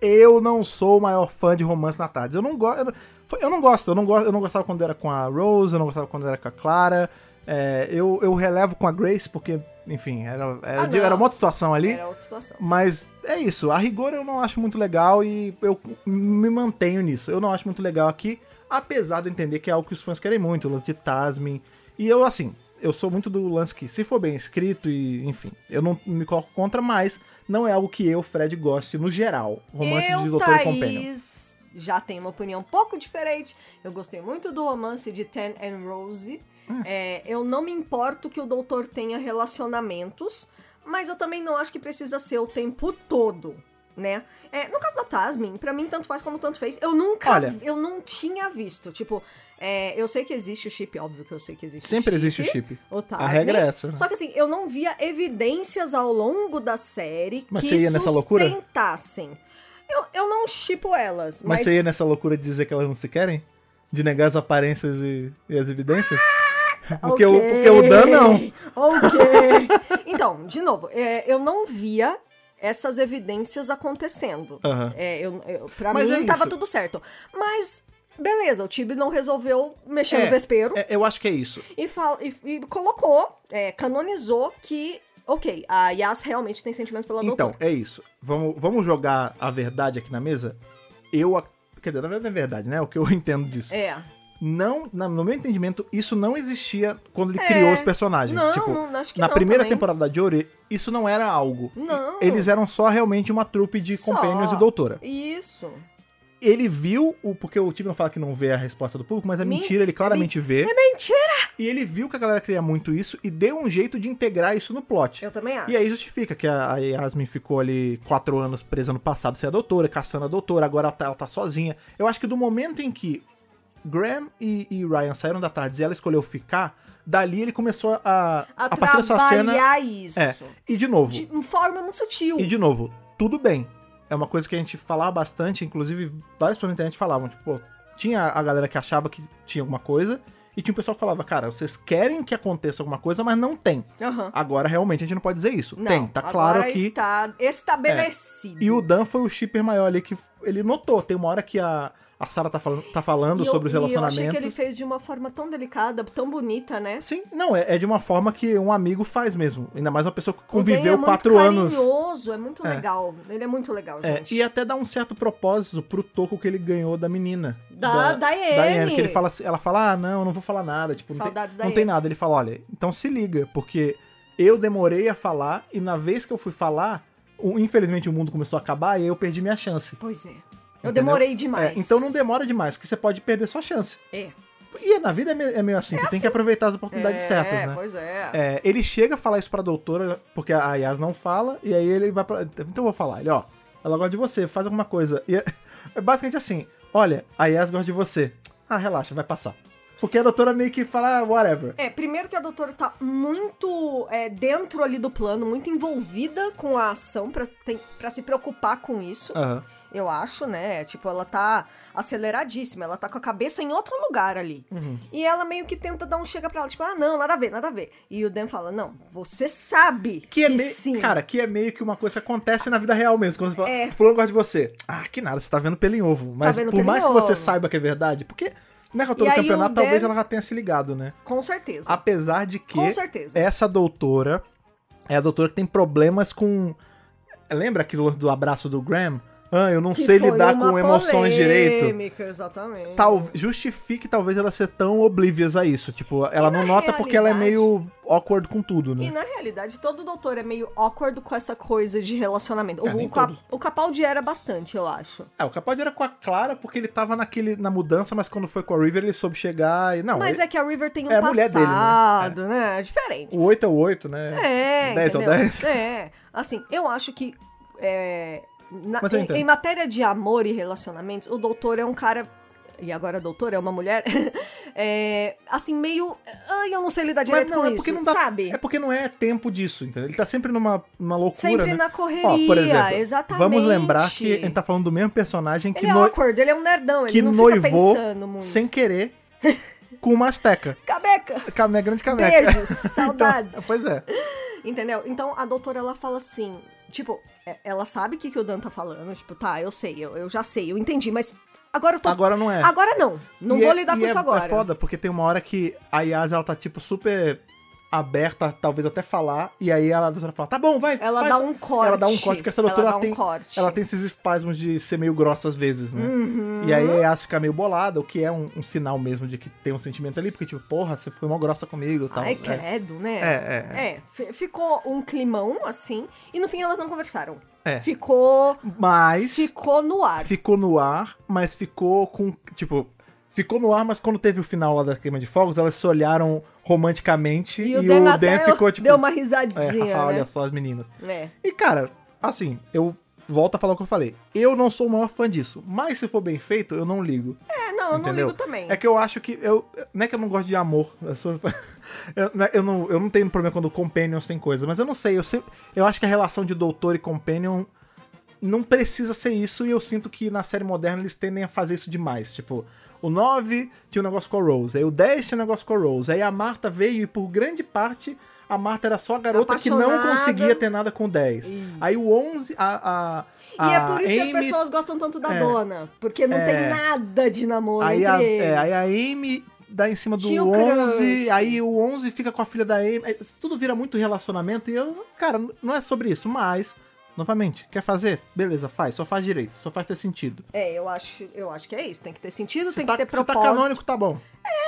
Eu não sou o maior fã de romance na tarde. Eu não gosto. Eu, não- foi- eu não gosto. Eu não gosto. Eu não gostava quando era com a Rose. Eu não gostava quando era com a Clara. É, eu, eu relevo com a Grace porque, enfim, era era,
Ah,
de-
não. É,
era uma outra situação ali.
Era outra situação.
Mas é isso. A rigor eu não acho muito legal e eu me mantenho nisso. Eu não acho muito legal aqui, apesar de eu entender que é algo que os fãs querem muito, o lance de Tasmin. E eu, assim, eu sou muito do lance que, se for bem escrito e, enfim, eu não me coloco contra, mas não é algo que eu, Fred, goste no geral. Romance
eu,
de Doutor e Companion.
Thaís, já tenho uma opinião um pouco diferente. Eu gostei muito do romance de Ten and Rose.
Hum.
É, eu não me importo que o doutor tenha relacionamentos, mas eu também não acho que precisa ser o tempo todo. Né? É, no caso da Tasmin, pra mim tanto faz como tanto fez. Eu nunca,
Olha.
eu não tinha visto. Tipo, é, eu sei que existe o chip, óbvio que eu sei que existe.
Sempre
o chip,
existe o chip.
o
A
Tasmin.
regra é essa. né?
Só que assim, eu não via evidências ao longo da série
Mas
que
você ia nessa loucura?
sustentassem. Eu, eu não chipo elas,
Mas
mas.
você ia nessa loucura de dizer que elas não se querem? De negar as aparências e, e as evidências? Porque, o,
Ah, Ok.
porque o Dan não.
Ok. então, de novo, é, eu não via essas evidências acontecendo.
Aham.
É, eu, eu, pra
Ah. Mas
mim,
é
tava
isso.
tudo certo. Mas, beleza, o Tibi não resolveu mexer
É,
no vespeiro.
é, eu acho que é isso.
e, fal- e- e colocou, é, canonizou que, ok, a Yas realmente tem sentimentos pela
Então,
doutora.
é isso. Vamos, vamos jogar a verdade aqui na mesa? Eu. ac- Quer dizer, na verdade é verdade, né? O que eu entendo disso.
É.
Não, na- no meu entendimento, isso não existia quando ele criou os personagens.
É. Não,
tipo,
não, acho que
na
não
primeira
também.
temporada da Jory, isso não era algo.
Não.
Eles eram só realmente uma trupe de
Só.
companions e doutora.
Isso.
Ele viu o. Porque o time não fala que não vê a resposta do público, mas é
Men-
mentira, ele claramente vê.
É mentira!
E ele viu que a galera queria muito isso e deu um jeito de integrar isso no plot.
Eu também acho.
E aí justifica que a a Yasmin ficou ali quatro anos presa no passado sem a doutora, caçando a doutora, agora ela tá, ela tá sozinha. Eu acho que do momento em que Graham e, e Ryan saíram da tarde e ela escolheu ficar, dali ele começou a.
a,
partir dessa cena.
trabalhar
É,
isso.
e de novo.
De uma forma muito sutil.
E de novo, tudo bem. É uma coisa que a gente falava bastante, inclusive várias pessoas na internet falavam, tipo, pô, tinha a galera que achava que tinha alguma coisa, e tinha o pessoal que falava, cara, vocês querem que aconteça alguma coisa, mas não tem.
Aham.
Agora realmente a gente não pode dizer isso.
Não,
tem, tá claro
agora é
que. É.
está estabelecido.
E o Dan foi o shipper maior ali que ele notou. Tem uma hora que a, a Sarah tá falando, tá falando
E eu-
sobre os
E eu achei
relacionamentos.
que ele fez de uma forma tão delicada, tão bonita, né?
Sim, não, é, é de uma forma que um amigo faz mesmo. Ainda mais uma pessoa que
O Dan
conviveu
é
quatro
muito
anos.
carinhoso, é muito
É.
legal. Ele é muito legal,
É,
gente.
e até dá um certo propósito pro toco que ele ganhou da menina.
Da Daiane.
que ele fala, assim- ela fala, ah, não, não vou falar nada. Tipo, não,
Saudades
tem, não
Daiane.
tem nada. Ele fala, olha, então se liga, porque eu demorei a falar e na vez que eu fui falar, o- infelizmente o mundo começou a acabar e eu perdi minha chance.
Pois é. Eu
Entendeu?
demorei
É,
demais.
então não demora demais, porque você pode perder sua chance.
É.
E na vida é meio, é meio assim, você tem que aproveitar as oportunidades
É,
certas, né?
Pois é.
É, ele chega a falar isso pra doutora, porque a Yas não fala, e aí ele vai pra. Então eu vou falar, ele, ó, ela gosta de você, faz alguma coisa. E é, é basicamente assim: olha, a Yas gosta de você. Ah, relaxa, vai passar. Porque a doutora meio que fala, ah, whatever.
É, primeiro que a doutora tá muito é, dentro ali do plano, muito envolvida com a ação pra, tem- pra se preocupar com isso.
Aham.
Eu acho, né? Tipo, ela tá aceleradíssima, ela tá com a cabeça em outro lugar ali.
Uhum.
E ela meio que tenta dar um chega pra ela, tipo, ah, não, nada a ver, nada a ver. E o Dan fala, não, você sabe
Que
que,
é meio,
sim.
Cara, que é meio que uma coisa que acontece na vida real mesmo. Quando você fala,
É.
fulano gosta de você. Ah, que nada, você tá vendo pelo em ovo. Mas
vendo
por
pelo
mais
em
que você
ovo.
saiba que é verdade, porque na altura do
E aí um o
campeonato talvez
Dan-
ela já tenha se ligado, né?
com certeza.
Apesar de que
Com certeza.
essa doutora é a doutora que tem problemas com. Lembra aquele lance do abraço do Graham? Ah, eu não
Que
sei
foi
lidar
uma
com emoções direito. Tá
polêmica, Exatamente.
Tal, justifique talvez ela ser tão oblivious a isso. Tipo, ela
E
não
na
nota porque ela é
realidade-
meio awkward com tudo, né?
E na realidade, todo doutor é meio awkward com essa coisa de relacionamento.
É, nem
o, Ca-
todos.
o Capaldi era bastante, eu acho.
É, o Capaldi era com a Clara porque ele tava naquele, na mudança, mas quando foi com a River ele soube chegar e... Não,
Mas
ele-
é que a River tem um
Ah, é a mulher dele, né?
passado, né? É diferente.
o 8 é o 8, né?
É,
10
entendeu?
é o 10.
É. Assim, eu acho que. é, na-
Mas eu entendo.
em, em matéria de amor e relacionamentos, o doutor é um cara. E agora a doutora é uma mulher. é, assim, meio. Ai, eu não sei lidar direito com
é
isso.
porque não dá...
sabe?
É porque não é tempo disso, entendeu? Ele tá sempre numa, numa loucura,
Sempre
né?
na correria,
Ó, por exemplo,
exatamente.
vamos lembrar que a gente tá falando do mesmo personagem que,
Ele é
no-
awkward, ele é um nerdão, ele
que
não fica
noivou
pensando muito.
sem querer com uma asteca.
Cabeca!
Camé, grande cameca.
Beijos, saudades.
pois é.
Entendeu? Então a doutora ela fala assim: tipo, é- ela sabe o que, que o Dan tá falando. Tipo, tá, eu sei, eu, eu já sei, eu entendi, mas agora eu tô.
Agora não é.
Agora não. Não
E
vou
é-
lidar
e
com
é-
isso agora.
É foda, porque tem uma hora que a Yas, ela tá, tipo, super aberta, talvez até falar, e aí ela, a doutora fala, tá bom, vai,
Ela
faz."
dá um corte.
Ela dá um corte, porque essa doutora,
Ela
ela,
dá um
tem,
corte.
ela tem esses espasmos de ser meio grossa às vezes, né?
Uhum.
E aí a Yas fica meio bolada, o que é um, um sinal mesmo de que tem um sentimento ali, porque, tipo, porra, você foi mó grossa comigo e tal.
Ai,
É.
credo, né?
É,
é. fi- ficou um climão assim, e no fim elas não conversaram.
É.
Ficou.
Mas...
Ficou no ar.
ficou no ar, mas ficou com. Tipo, ficou no ar, mas quando teve o final lá da Queima de Fogos, elas se olharam romanticamente e, o Dan,
até
ficou tipo.
deu uma
"É,
risadinha.
olha
né?
só as meninas.
É.
E cara, assim, eu volto a falar o que eu falei. Eu não sou o maior fã disso, mas se for bem feito, eu não ligo.
É, não, eu
entendeu?
não ligo também.
É que eu acho que. Eu, não é que eu não gosto de amor. Eu, sou- eu- né, eu não, eu não tenho problema quando companions tem coisa, mas eu não sei. Eu, sempre, eu acho que a relação de doutor e companion não precisa ser isso, e eu sinto que na série moderna eles tendem a fazer isso demais. Tipo, o 9 tinha um negócio com a Rose, aí o 10 tinha um negócio com a Rose, aí a Marta veio e por grande parte. A Marta era só a garota que não
Apaixonada.
conseguia ter nada com o 10. Aí o 11, a, a, a
e é por isso que as
Amy
pessoas gostam tanto da
é.
dona. Porque não
É.
tem nada de namoro
Aí
entre
a,
eles.
é, aí a Amy dá em cima do
Tinha o
11,
crush.
aí o 11 fica com a filha da Amy. É, isso Tudo vira muito relacionamento e eu, cara, n- não é sobre isso, mas, novamente, quer fazer? Beleza, faz, só faz direito, só faz ter sentido.
É, eu acho, eu acho que é isso. Tem que ter sentido,
Se
tem
tá,
que ter
se tá
propósito. É.
canônico, tá bom.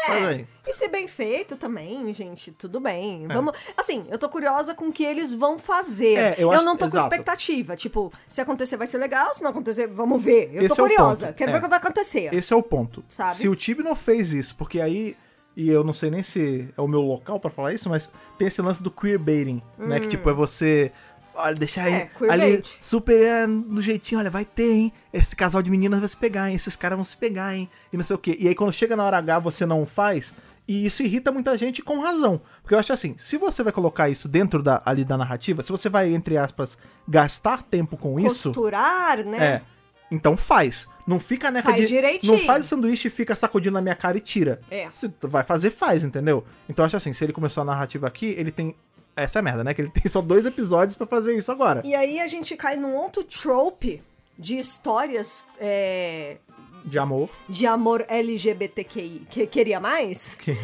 Faz aí.
E ser bem feito também, gente, tudo bem. Vamos, assim, eu tô curiosa com o que eles vão fazer.
É, eu acho-
não tô
exato.
com expectativa. Tipo, se acontecer vai ser legal, se não acontecer, vamos ver. Eu
Esse
tô
é o
curiosa.
ponto,
Quero
é.
ver o que vai acontecer.
Esse é o ponto.
Sabe?
Se o time não fez isso, porque aí. E eu não sei nem se é o meu local pra falar isso, mas tem esse lance do queerbaiting, né? Que tipo, é você. Olha, deixar
Hum. É,
ele ali
queerbait.
super é, do jeitinho, olha, vai ter, hein? Esse casal de meninas vai se pegar, hein? Esses caras vão se pegar, hein? E não sei o quê. E aí quando chega na hora H você não faz, e isso irrita muita gente com razão. Porque eu acho assim, se você vai colocar isso dentro da, ali da narrativa, se você vai, entre aspas, gastar tempo com isso.
Costurar, né?
É. Então faz. Não fica nessa
Faz
de.
direitinho.
Não faz o sanduíche e fica sacudindo na minha cara e tira.
É.
Se tu vai fazer, faz, entendeu? Então eu acho assim, se ele começou a narrativa aqui, ele tem. Essa é a merda, né? Que ele tem só dois episódios pra fazer isso agora.
E aí a gente cai num outro trope de histórias é,
De amor.
de amor LGBTQI que queria mais,
Que...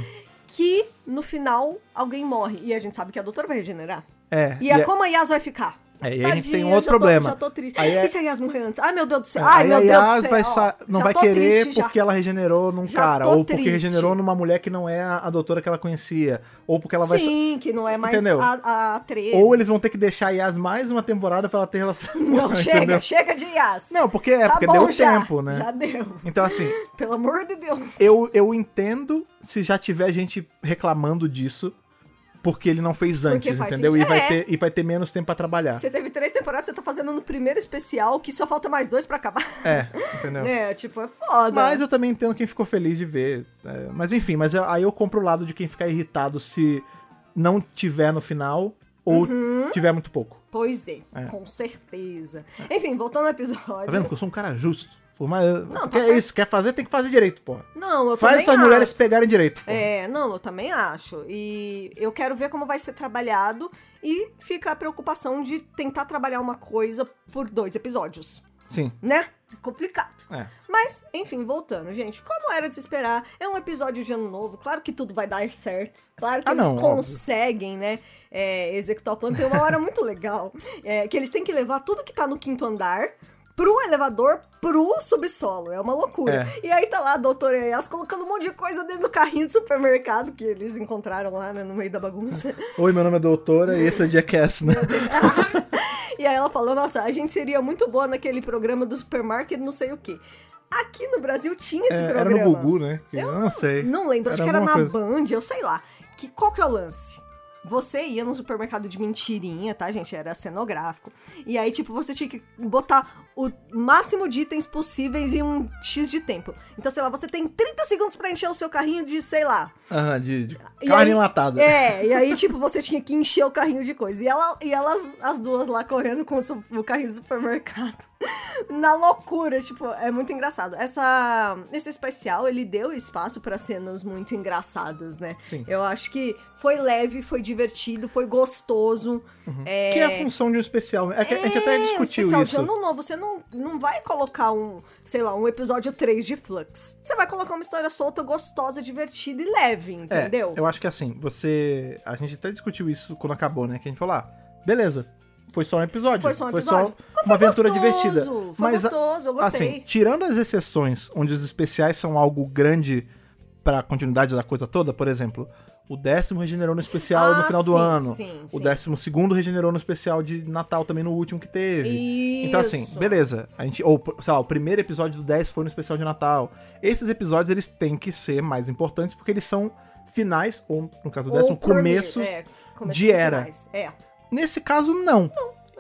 que no final alguém morre. E a gente sabe que a doutora vai regenerar.
É.
E, a, como a Yas vai ficar?
É, e aí a gente tem
Tadinha,
um outro
já tô-
problema.
já tô triste.
Aí é-
E se a Yas morrer antes? Ai, meu Deus do céu.
É,
Ai,
aí
meu
a
Deus do
Yas
céu.
vai sa- não
Já
vai
tô
querer
triste já.
porque ela regenerou num
Já
cara,
tô
ou porque
triste.
regenerou numa mulher que não é a a doutora que ela conhecia, ou porque ela vai. sa-
Sim, que não é mais
Entendeu?
a, a 13.
Ou eles vão ter que deixar a Yas mais uma temporada pra ela ter relação.
Não, chega,
entendeu?
chega de Yas.
Não, porque é,
Tá
porque
bom
deu
já,
tempo, né?
Já deu.
Então, assim,
Pelo amor de Deus.
eu, eu entendo se já tiver gente reclamando disso. porque ele não fez antes,
faz
entendeu? E
sentido.
vai,
É.
ter, e vai ter menos tempo pra trabalhar.
Você teve três temporadas, você tá fazendo no primeiro especial, que só falta mais dois pra acabar.
É, entendeu?
É, tipo, é foda.
Mas eu também entendo quem ficou feliz de ver. é, mas enfim, mas eu- aí eu compro o lado de quem ficar irritado se não tiver no final ou
Uhum.
tiver muito pouco.
Pois é, com certeza. Enfim, voltando ao episódio.
Tá vendo? Que eu sou um cara justo. Por mais-
tá
porque é
certo.
isso, quer fazer, tem que fazer direito, porra.
Não, eu
Faz
também
essas
acho.
mulheres pegarem direito. porra.
É, não, eu também acho. E eu quero ver como vai ser trabalhado e fica a preocupação de tentar trabalhar uma coisa por dois episódios,
Sim.
né? Complicado.
É.
Mas, enfim, voltando, gente. Como era de se esperar, é um episódio de ano novo. Claro que tudo vai dar certo. Claro que
Ah,
eles
não, óbvio.
conseguem, né? é, executar o plano. Tem uma hora muito legal. é, que eles têm que levar tudo que tá no quinto andar pro elevador, pro subsolo. É uma loucura. E aí tá lá a doutora Yas colocando um monte de coisa dentro do carrinho de supermercado que eles encontraram lá, né, no meio da bagunça.
Oi, meu nome é Doutora e esse é Jackass, né?
E aí ela falou: Nossa, a gente seria muito boa naquele programa do supermarket, não sei o quê. Aqui no Brasil tinha esse
É, era
programa.
no Gugu, né? Que- eu não sei.
Não lembro, acho que era na
alguma coisa.
Band, eu sei lá. Que, qual que é o lance? Você ia no supermercado de mentirinha, tá, gente? Era cenográfico. E aí, tipo, você tinha que botar o máximo de itens possíveis em um X de tempo. Então, sei lá, você tem 30 segundos pra encher o seu carrinho de, sei lá.
Aham, de, de
E
carne
aí-
enlatada.
É, e aí, tipo, você tinha que encher o carrinho de coisa. E, ela, e elas, as duas lá correndo com o, su- o carrinho do supermercado. Na loucura, tipo, é muito engraçado. Essa, esse especial, ele deu espaço pra cenas muito engraçadas, né?
Sim.
Eu acho que foi leve, foi divertido, foi gostoso. É...
Que é a função de um especial. É que a gente até
É, um
discutiu
especial
isso.
de ano novo, você não, não vai colocar um, sei lá, um episódio 3 de Flux. Você vai colocar uma história solta, gostosa, divertida e leve,
É,
entendeu?
eu acho que assim, você. A gente até discutiu isso quando acabou, né? Que a gente falou, ah, beleza. Foi só um episódio.
Foi só um episódio. Mas
uma
foi
aventura
gostoso,
divertida.
foi
Mas, a-
gostoso, eu gostei.
Assim, tirando as exceções onde os especiais são algo grande pra continuidade da coisa toda, por exemplo, o décimo regenerou no especial
Ah,
no final do
sim,
ano.
sim,
o
sim.
décimo segundo regenerou no especial de Natal também no último que teve. Então, assim,
Isso.
beleza. A gente, ou, sei lá, o primeiro episódio do 10 foi no especial de Natal. Esses episódios, eles têm que ser mais importantes, porque eles são finais, ou, no caso do
Ou
décimo,
por mim,
começos.
é, começos
de era.
finais, É.
Nesse caso, não.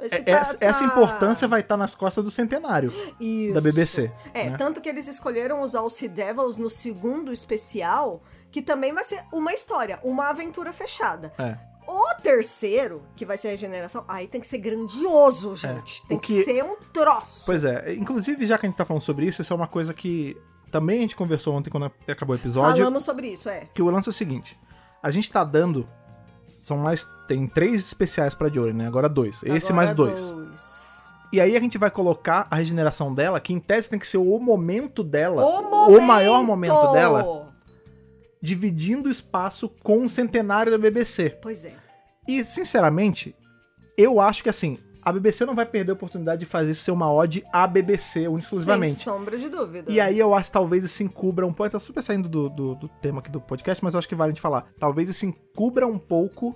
Esse
É-
tá-
essa,
tá-
essa importância vai estar nas costas do centenário
Isso.
da BBC.
É,
né?
tanto que eles escolheram usar o Sea Devils no segundo especial, que também vai ser uma história, uma aventura fechada.
É.
O terceiro, que vai ser a regeneração, aí tem que ser grandioso, gente.
É.
Tem
O
que...
que-
ser um troço.
Pois é. Inclusive, já que a gente tá falando sobre isso, isso é uma coisa que também a gente conversou ontem quando acabou o episódio.
Falamos sobre isso, é.
Que o lance é o seguinte: a gente tá dando. São mais. Tem três especiais pra Jory, né? Agora dois. Esse
Agora é
mais dois.
dois.
E aí a gente vai colocar a regeneração dela, que em tese tem que ser o momento dela,
O, momento!
maior momento dela, dividindo o espaço com o centenário da BBC.
Pois é.
E, sinceramente, eu acho que assim, a BBC não vai perder a oportunidade de fazer isso ser uma ode à BBC única e
Sem
um, exclusivamente.
sombra de dúvida.
E aí eu acho que talvez isso encubra um pouco. Tá super saindo do, do, do tema aqui do podcast, mas eu acho que vale a gente falar. Talvez isso encubra um pouco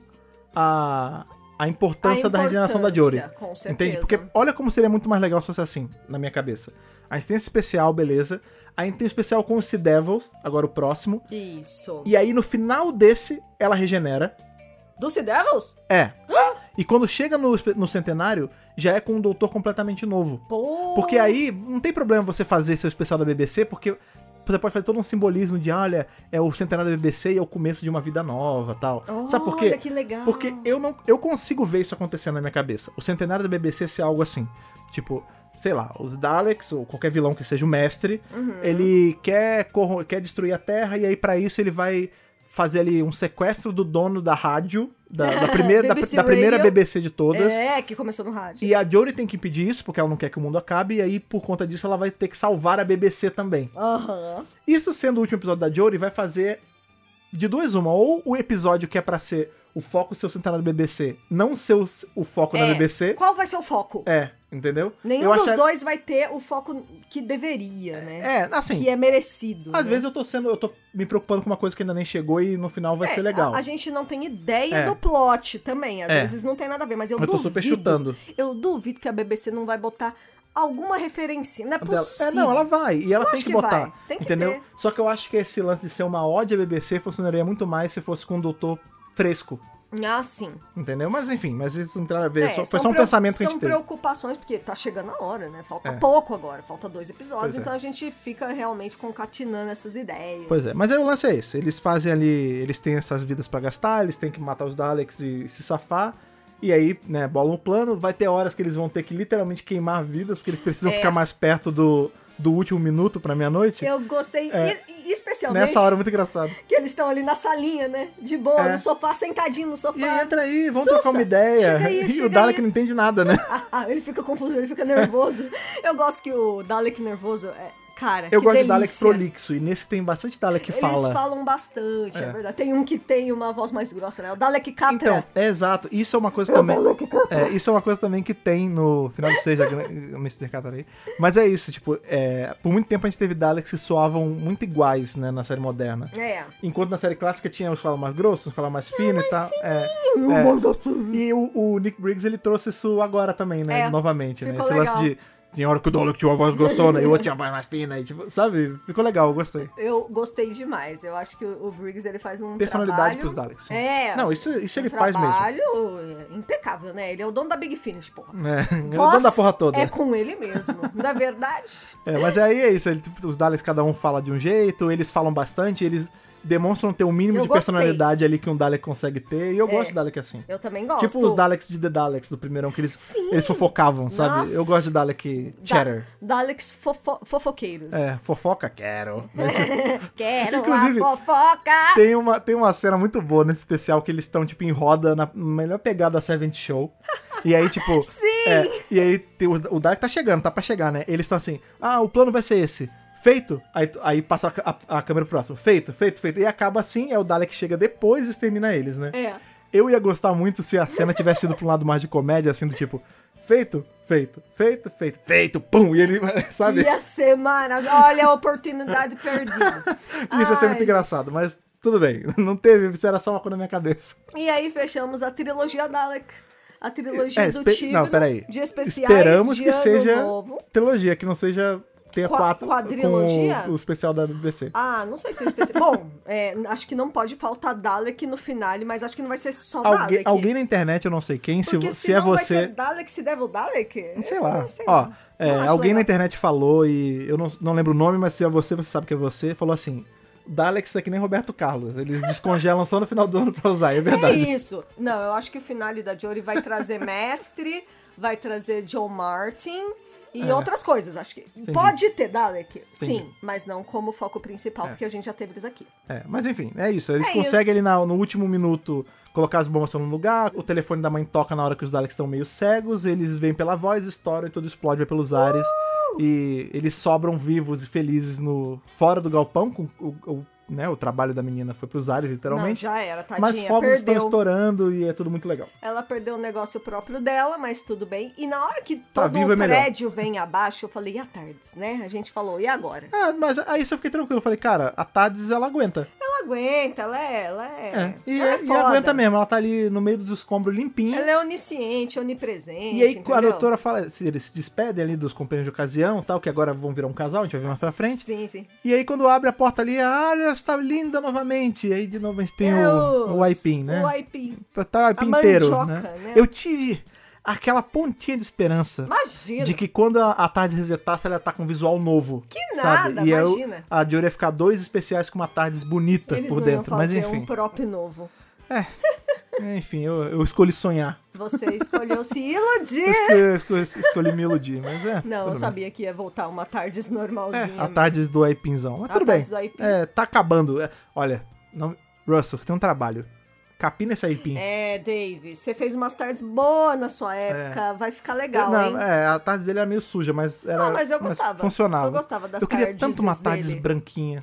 a, a, importância, da regeneração da Jory.
importância, Com certeza.
Entende? Porque olha como seria muito mais legal se fosse assim, na minha cabeça. A gente tem esse especial, beleza. A gente tem o especial com os Sea Devils, agora o próximo.
Isso.
E aí no final desse, ela regenera.
Do Sea Devils?
É. E quando chega no, espe- no centenário, já é com um doutor completamente novo.
Pô.
Porque aí não tem problema você fazer seu especial da BBC, porque você pode fazer todo um simbolismo de, olha, é o centenário da BBC e é o começo de uma vida nova tal. Sabe por quê?
Olha que legal.
Porque eu não eu consigo ver isso acontecendo na minha cabeça. O centenário da BBC ser algo assim. Tipo, sei lá, os Daleks, ou qualquer vilão que seja o mestre,
Uhum.
ele quer, corro- quer destruir a Terra, e aí pra isso ele vai fazer ali um sequestro do dono da rádio, da, da primeira, da,
BBC
da primeira
Radio.
BBC de todas.
É, que começou no rádio.
E a Jory tem que impedir isso, porque ela não quer que o mundo acabe, e aí, por conta disso, ela vai ter que salvar a BBC também.
Aham.
Isso sendo o último episódio da Jory, vai fazer de duas uma. Ou o episódio que é pra ser o foco seu centenário da BBC, não ser o, o foco da
É.
BBC.
Qual vai ser o foco?
É, entendeu?
Nenhum
Eu
dos
achar-
dois vai ter o foco que deveria, né?
É, assim,
Que é merecido.
às
né?
vezes eu tô sendo, eu tô me preocupando com uma coisa que ainda nem chegou e no final vai
É,
ser legal.
A, a gente não tem ideia
É.
do plot também. Às
É.
vezes não tem nada a ver, mas eu,
Eu tô
duvido.
super chutando.
Eu duvido que a BBC não vai botar alguma referência. Não é
dela.
possível.
É, não, ela vai. E ela
Eu
tem
acho
que
que
botar.
vai, tem que
entendeu?
ter.
Só que eu acho que esse lance de ser uma ode à BBC funcionaria muito mais se fosse com um doutor fresco.
Ah, sim.
Entendeu? Mas enfim, mas isso não tem nada a ver.
É,
só, foi só
são
um
preo-
pensamento que a
São
gente teve.
preocupações, porque tá chegando a hora, né? Falta
É.
pouco agora, falta dois episódios,
Pois é.
então a gente fica realmente concatenando essas ideias.
Pois é, mas aí o lance é esse. Eles fazem ali. Eles têm essas vidas pra gastar, eles têm que matar os Daleks e se safar. E aí, né, bolam o plano. Vai ter horas que eles vão ter que literalmente queimar vidas, porque eles precisam
É.
ficar mais perto do, do último minuto pra meia-noite.
Eu gostei
É.
e- e especialmente
Nessa hora, é muito engraçado.
que eles estão ali na salinha, né? De boa,
É.
no sofá, sentadinho no sofá.
E aí, entra aí, vamos
Sussa,
trocar uma ideia.
chega aí,
e
chega
o Dalek
aí.
não entende nada, né?
Ah, ele fica confuso, ele fica nervoso. Eu gosto que o Dalek nervoso é. Cara,
Eu
que
gosto de
delícia.
Dalek prolixo, e nesse tem bastante Dalek que
Eles
fala.
falam bastante, é.
É.
verdade. Tem um que tem uma voz mais grossa, né? O Dalek Catra.
Então, é exato. Isso é uma coisa também. É, isso é uma coisa também que tem no final do Seja né? Gran- Mr. Catarei. Mas é isso, tipo, é, por muito tempo a gente teve Daleks que soavam muito iguais, né, na série moderna.
É.
Enquanto na série clássica tinha os falar mais grossos, os falar mais fino e tal. É.
assim.
E o, o Nick Briggs ele trouxe isso agora também, né?
É.
Novamente, né?
Ficou
Esse
legal.
lance de. Tinha hora que o Dalek tinha uma voz grossona e o outro tinha uma voz mais fina. E, tipo, sabe? Ficou legal, eu gostei.
Eu gostei demais. Eu acho que o o Briggs ele faz um
Personalidade
trabalho...
pros Daleks. sim.
É.
Não, isso, isso ele
um
faz mesmo.
trabalho impecável, né? Ele é o dono da Big Finish, porra.
É, eu
Voz
dou da porra toda.
É com ele mesmo, não é verdade?
É, mas aí é isso, ele, tipo, os Daleks cada um fala de um jeito, eles falam bastante, eles demonstram ter o mínimo
Eu
de
gostei.
personalidade ali que um Dalek consegue ter, e eu
É.
gosto de Dalek assim.
Eu também gosto.
Tipo os Daleks de The Daleks do primeirão, que eles,
Sim.
eles fofocavam, sabe?
Nossa.
Eu gosto de Dalek
Da-
cheddar.
Daleks fofo- fofoqueiros.
É, fofoca, quero.
É. Quero
Inclusive,
uma fofoca!
tem, uma, tem uma cena muito boa nesse especial que eles estão, tipo, em roda, na melhor pegada da Seventh Show. E aí, tipo.
Sim!
é, e aí tem o, o Dark tá chegando, tá pra chegar, né? Eles estão assim, ah, o plano vai ser esse. Feito? Aí, aí passa a, ca- a- a câmera pro próximo. Feito, feito, feito. E acaba assim, é o Dalek que chega depois e extermina eles, né?
É.
Eu ia gostar muito se a cena tivesse sido pra um lado mais de comédia, assim, do tipo, feito, feito, feito, feito, feito, pum! E ele, sabe?
Ia ser maravilhoso. Olha a oportunidade perdida.
Isso ia ser muito
Ai.
engraçado, mas tudo bem. Não teve, isso era só uma coisa na minha cabeça.
E aí fechamos a trilogia Dalek. A trilogia
É,
do
espe-
Tibno,
não, peraí.
de especiais
Esperamos
de
que
ano
seja
novo.
trilogia, que não seja. Tenha
Qua-
quatro.
quadrilogia?
Com o, o especial da BBC.
Ah, não sei se é especial. Bom, é, acho que não pode faltar Dalek no finale, mas acho que não vai ser só
Alguém,
Dalek.
alguém na internet, eu não sei quem, se,
Porque
se é
senão vai
você.
ser Dalek se deve o Dalek?
Sei lá.
Eu sei
Ó,
lá.
é,
Não acho
alguém na
legal.
internet falou, e eu não, não lembro o nome, mas se é você, você sabe que é você, falou assim. Daleks é que nem Roberto Carlos. Eles descongelam só no final do ano pra usar, é
É
verdade.
isso. Não, eu acho que o finale da Jory vai trazer Mestre, vai trazer John Martin e
É.
outras coisas. Acho que pode ter Dalek, sim, mas não como foco principal, porque a gente já teve eles aqui.
É, mas enfim, é isso. Eles
É
conseguem ali na- no último minuto colocar as bombas no lugar, o telefone da mãe toca na hora que os Daleks estão meio cegos, eles vêm pela voz, estouram e tudo explode, vai pelos ares.
Uh!
E eles sobram vivos e felizes no fora do galpão, com o, o- né, o trabalho da menina foi pros ares,
Não,
literalmente.
já era,
mas
tadinha,
fogos estão
perdeu.
estourando e é tudo muito legal.
Ela perdeu o negócio próprio dela, mas tudo bem. E na hora que
Tá
todo
viva
o
é melhor.
prédio vem abaixo, eu falei, e a Tardes, né? A gente falou, e agora?
Ah, mas aí só fiquei tranquilo. Falei, cara, a Tades ela aguenta.
Ela aguenta, ela é, ela é.
É. E,
ela é
e
foda.
aguenta mesmo. Ela tá ali no meio dos escombros limpinha.
Ela é onisciente, onipresente.
E aí,
entendeu?
a doutora fala, se eles se despedem ali dos companheiros de ocasião tal, que agora vão virar um casal, a gente vai ver mais pra frente.
Sim, sim.
E aí, quando abre a porta ali, ah, ela está linda novamente. E aí, de novo, a gente tem
É
o, o
os-
aipim, né?
O aipim.
Tá o aipim
a
inteiro,
mandioca,
né?
né?
Eu tive aquela pontinha de esperança
Imagina.
de que quando a, a tarde resetasse, ela ia tá com um visual novo.
Que
sabe?
nada,
e eu-
imagina.
a Dior ia ficar dois especiais com uma tarde bonita
Eles
tá por
não
dentro.
iam
Mas
fazer
enfim, É,
um prop novo.
enfim, eu, eu escolhi sonhar.
Você escolheu se
Eu
iludir.
escolhi, eu escolhi- escolhi me iludir, mas é.
Não,
tudo
eu
bem.
sabia que ia voltar uma tardes normalzinha.
É, a tarde do Aipinzão. Mas
A
tudo bem.
tardes do aipim.
É, tá acabando. É, olha, não... Russell, tem um trabalho. Capina esse Aipim.
É, Dave, você fez umas tardes boas na sua época. Vai ficar legal,
É. não,
hein?
é, a tarde dele era meio suja, mas era.
Ah, mas eu gostava.
funcionava.
Eu gostava das
Eu queria
tardes
tanto uma tarde
dele.
branquinha,